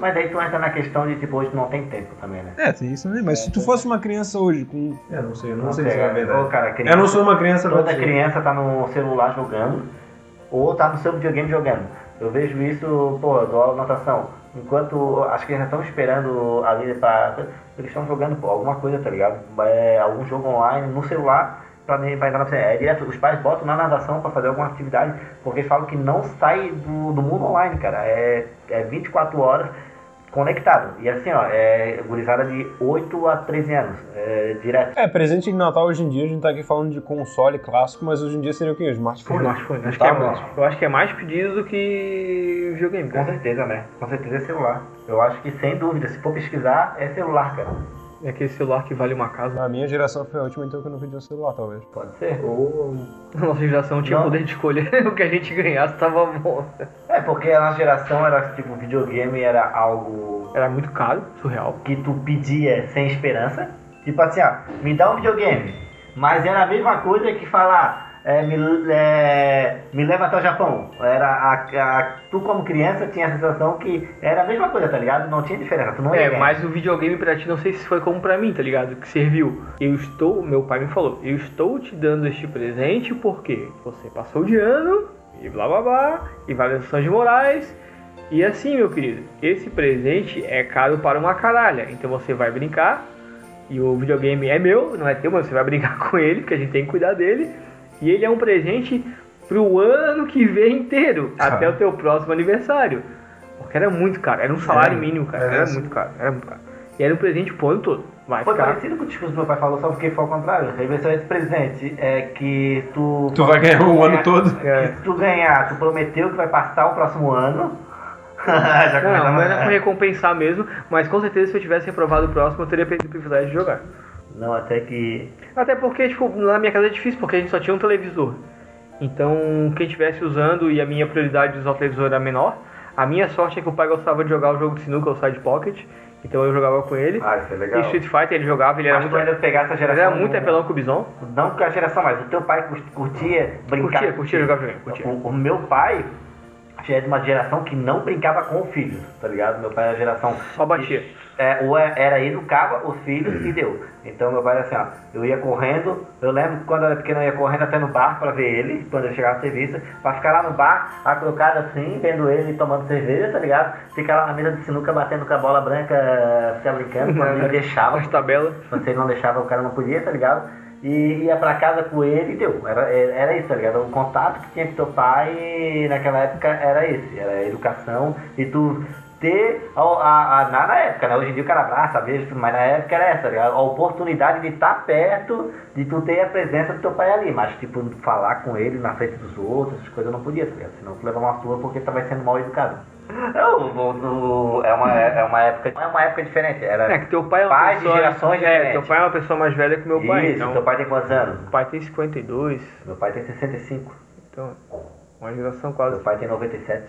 S4: Mas daí tu entra na questão de tipo, hoje não tem tempo também, né?
S11: É, tem isso também. Mas se tu fosse uma criança hoje com.
S3: É, não sei,
S4: Não sei, cara. Ô, cara, criança-
S11: Eu não sou uma criança
S4: Toda
S11: pra dizer.
S4: criança tá no celular jogando, ou tá no seu videogame jogando. Eu vejo isso, pô, eu dou aula de natação. Enquanto as crianças estão esperando ali pra. Eles estão jogando pô, alguma coisa, tá ligado? É, algum jogo online no celular pra, nem- pra entrar na piscina. É direto, os pais botam na natação pra fazer alguma atividade, porque falam que não sai do, do mundo online, cara. É, é 24 horas conectado. E assim, ó, é gurizada de 8 a 13 anos, é, direto.
S3: É, presente de Natal hoje em dia, a gente tá aqui falando de console clássico, mas hoje em dia seria o quê? Smartphone.
S8: Smartphone,
S4: Tá
S8: acho que é
S3: Tablet.
S8: mais. Eu acho que é mais pedido do que videogame.
S4: Com certeza, né? Com certeza é celular. Eu acho que sem dúvida, se for pesquisar, é celular, cara.
S8: É aquele celular que vale uma casa.
S3: A minha geração foi a última, então que eu não pedi um celular, talvez.
S4: Pode ser.
S8: A nossa geração tinha
S4: Não.
S8: poder de escolher o que a gente ganhasse, tava bom.
S4: É porque a nossa geração era tipo videogame era algo.
S8: Era muito caro, surreal.
S4: Que tu pedia sem esperança. Tipo assim, ó, me dá um videogame. Mas era a mesma coisa que falar, é, me, é, me leva até o Japão. Era a, a- tu como criança tinha a sensação que era a mesma coisa, tá ligado? Não tinha diferença. Tu não ia
S8: É,
S4: ganhar.
S8: mas o videogame pra ti, não sei se foi como pra mim, tá ligado? Que serviu. Eu estou, meu pai me falou, eu estou te dando este presente porque você passou de ano, e blá blá blá, e várias ações de morais. E assim, meu querido, esse presente é caro para uma caralha. Então você vai brincar, e o videogame é meu, não é teu, mas você vai brincar com ele, porque a gente tem que cuidar dele. E ele é um presente pro ano que vem inteiro,
S3: Cara.
S8: até o teu próximo aniversário. Porque era muito caro, era um salário
S4: É,
S8: mínimo, cara.
S4: é
S8: Era
S4: isso.
S8: muito caro, era muito caro. E era um presente pro ano todo. Vai
S4: Foi
S8: ficar.
S4: parecido com o discurso que meu pai falou, só porque foi ao contrário. A inversão é esse presente, é que tu... É.
S11: Tu vai ganhar o ano todo.
S8: tá É.
S4: Se tu ganhar, tu prometeu que vai passar o próximo ano. Já
S8: não,
S4: começava-
S8: não era pra recompensar mesmo, mas com certeza se eu tivesse reprovado o próximo, eu teria perdido o privilégio de jogar.
S4: Não, até que...
S8: Até porque, tipo, na minha casa é difícil, porque a gente só tinha um televisor. Então, quem estivesse usando e a minha prioridade dos autores era menor, a minha sorte é que o pai gostava de jogar o jogo de sinuca, o Side Pocket. Então eu jogava com ele.
S4: Ah, isso é legal.
S8: E Street Fighter ele jogava, ele era
S4: Mas tu
S8: muito.
S4: ainda pegar essa geração
S8: ele era muito
S4: do-
S8: apelão com o Bison.
S4: Não com a geração, mas o teu pai cur- curtia brincar.
S8: Curtia, curtia jogar videogame, curtia.
S4: O, o meu pai já é de uma geração que não brincava com o filho, tá ligado? Meu pai era a geração.
S8: Só batia.
S4: É, ou é- era educava os filhos e deu. Então meu pai era assim, ó, eu ia correndo, eu lembro que quando eu era pequeno eu ia correndo até no bar pra ver ele, quando ele chegava do serviço, pra ficar lá no bar, acrocado assim, vendo ele tomando cerveja, tá ligado? Ficar lá na mesa de sinuca batendo com a bola branca, é, ficar brincando, quando ele deixava. As
S8: tabelas.
S4: Quando ele não deixava, o cara não podia, tá ligado? E ia pra casa com ele e deu. Era, era isso, tá ligado? O contato que tinha com teu pai naquela época era esse, era a educação e tu ter a, a- a- na, na época, né? Hoje em dia o cara abraça, beijo, e tudo, mas na época era essa, tá ligado? a oportunidade de estar perto, de tu ter a presença do teu pai ali, mas tipo, falar com ele na frente dos outros, essas coisas eu não podia, tá ligado? Senão tu levava uma sua porque tava sendo mal educado. É, o- o- o- é uma, é uma época. É uma época diferente. Era
S8: É que teu pai é uma
S4: Pais de
S8: pessoa.
S4: gerações
S8: é,
S4: diferentes.
S8: teu pai é uma pessoa mais velha que meu pai.
S4: Isso,
S8: então,
S4: teu pai tem quantos anos?
S8: Meu pai tem 52.
S4: Meu pai tem 65.
S8: Então, uma geração quase. Meu
S4: pai tem 97.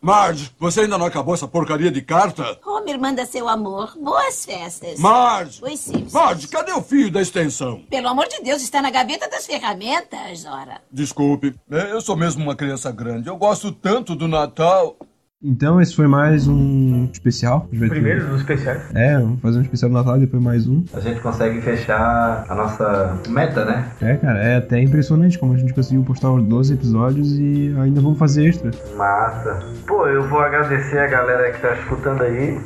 S7: Marge, você ainda não acabou essa porcaria de carta?
S13: Homer manda seu amor. Boas festas.
S7: Marge!
S13: Oi, Simpson.
S7: Marge, cadê o fio da extensão?
S13: Pelo amor de Deus, está na gaveta das ferramentas, ora.
S7: Desculpe, é, eu sou mesmo uma criança grande. Eu gosto tanto do Natal.
S3: Então esse foi mais um especial.
S8: Primeiro dos especiais.
S3: É, vamos fazer um especial do Natal e depois mais um.
S4: A gente consegue fechar a nossa meta, né?
S3: É, cara, é até impressionante como a gente conseguiu postar uns 12 episódios e ainda vamos fazer extra.
S4: Massa. Pô, eu vou agradecer a galera que tá escutando aí.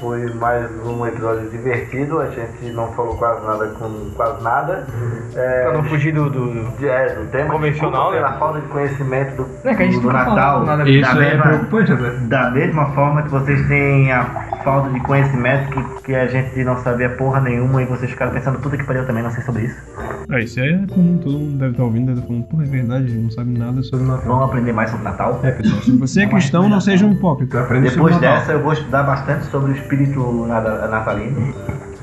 S4: Foi mais um episódio divertido. A gente não falou quase nada com quase nada. É,
S8: Pra não fugir do, do,
S4: de- é, do tema. Desculpa
S8: Convencional, né?
S4: Pela falta de conhecimento do,
S8: Não é que a gente
S4: do
S8: não falou
S4: Natal.
S8: nada Isso da é mesma-
S4: preocupante, Da mesma forma que vocês têm a falta de conhecimento que, que a gente não sabia porra nenhuma e vocês ficaram pensando, puta que pariu, eu também não sei sobre isso.
S3: É, isso aí é comum, todo mundo deve estar ouvindo, deve estar falando, porra, é verdade, não sabe nada sobre Natal.
S4: Vamos aprender mais sobre Natal?
S3: É, pessoal, se você é cristão, não seja um hipócrita. Aprenda
S4: Depois
S3: sobre Natal.
S4: dessa eu vou estudar bastante sobre o espírito nada- natalino.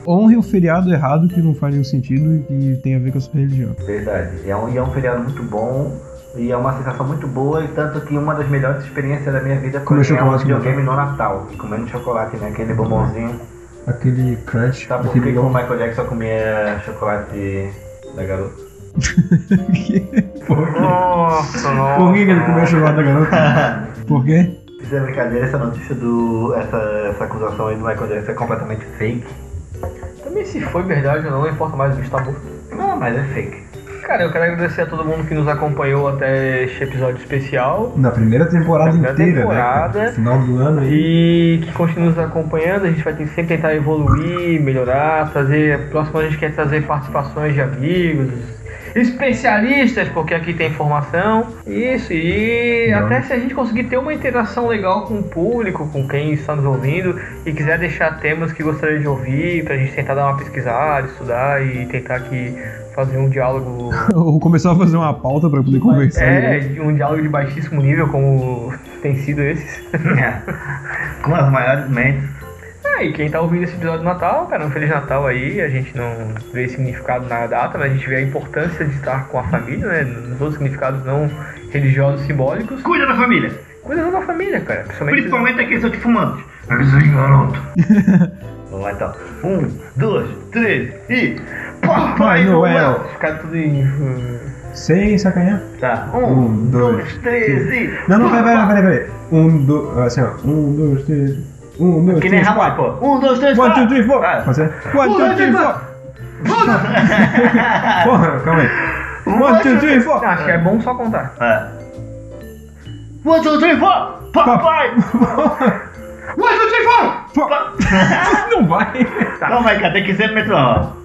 S3: Honre o feriado errado que não faz nenhum sentido e que tem a ver com a sua religião.
S4: Verdade. É um, e é um feriado muito bom e é uma sensação muito boa, e tanto que uma das melhores experiências da minha vida foi
S3: Comer
S4: ganhar um
S3: chocolate no
S4: videogame no Natal. E comendo chocolate, né? Aquele bombonzinho.
S3: Aquele crunch,
S8: Tá
S4: Sabe por que que o Michael Jackson comia chocolate da garota? Nossa,
S3: Por que que ele comeu chocolate da garota? Por quê?
S4: Isso é brincadeira, essa notícia do. essa, essa acusação aí do Michael Jackson é completamente fake.
S8: Também se foi verdade ou não, não importa mais, o bicho tá morto.
S4: Não, mas é fake.
S8: Cara, eu quero agradecer a todo mundo que nos acompanhou até este episódio especial.
S3: Na primeira temporada
S8: Na primeira
S3: inteira, né?
S8: temporada.
S3: cara? Final do ano aí.
S8: E que continue nos acompanhando, a gente vai ter- sempre tentar evoluir, melhorar, trazer. Próximo a gente quer trazer participações de amigos, especialistas, porque aqui tem informação. Isso, e
S4: Não.
S8: até se a gente conseguir ter uma interação legal com o público, com quem está nos ouvindo, e quiser deixar temas que gostaria de ouvir, pra gente tentar dar uma pesquisada, estudar e tentar aqui fazer um diálogo
S3: Ou começar a fazer uma pauta pra poder conversar.
S8: é,
S3: né?
S8: de um diálogo de baixíssimo nível, como tem sido esses.
S4: É. Com as maiores mentes.
S8: É, e quem tá ouvindo esse episódio do Natal, cara, um Feliz Natal aí. A gente não vê significado na data, mas a gente vê a importância de estar com a família, né? Nos outros significados não religiosos, simbólicos.
S4: Cuida da família!
S8: Cuida da família, cara.
S4: Principalmente aqueles antifumantes. Eles são garoto. Vamos lá então. Um, dois, três e. Papai Noel!
S8: Ficar tudo em.
S3: é, Sem sacanhar.
S4: Tá.
S3: Um, dois,
S4: três e.
S3: Não, não, peraí, peraí, peraí, peraí. Um, dois, assim, ó. Um, dois, três. Um,
S8: É
S3: dois,
S4: Que nem
S3: três,
S4: Hawaii,
S3: quatro.
S4: pô. Um, dois, três,
S3: One,
S4: quatro.
S3: two, three, four.
S8: Ah.
S3: Fazer.
S8: Um,
S3: One, two, three, four. Porra, calma aí.
S8: Um,
S3: One, two, three, four.
S8: Acho que é bom só contar.
S4: É. One, two, three, four! Papai! One, two, three, four!
S3: Não vai!
S4: Calma aí, cara, tem que ser no metrô.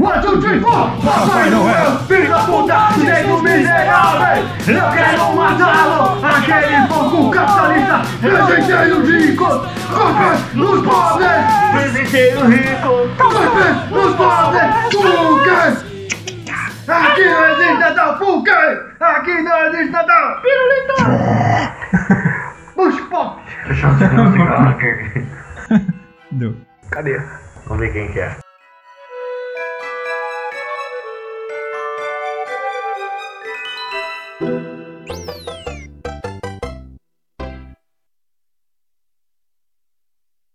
S4: One, two, three, four! Papai Noel! Filho da puta! Cheio miserável! Eu quero matá-lo! Aquele pouco capitalista! Presenteiro rico! Golpe nos pobres! Presenteiro rico! Golpe nos pobres! Fugue! Aqui não existe Natal! Fugue! Aqui não existe Natal! Pirulito! Os pobres! Deixa eu ver se aqui.
S3: Deu.
S8: Cadê?
S4: Vamos ver quem que é.
S14: Thank
S6: Música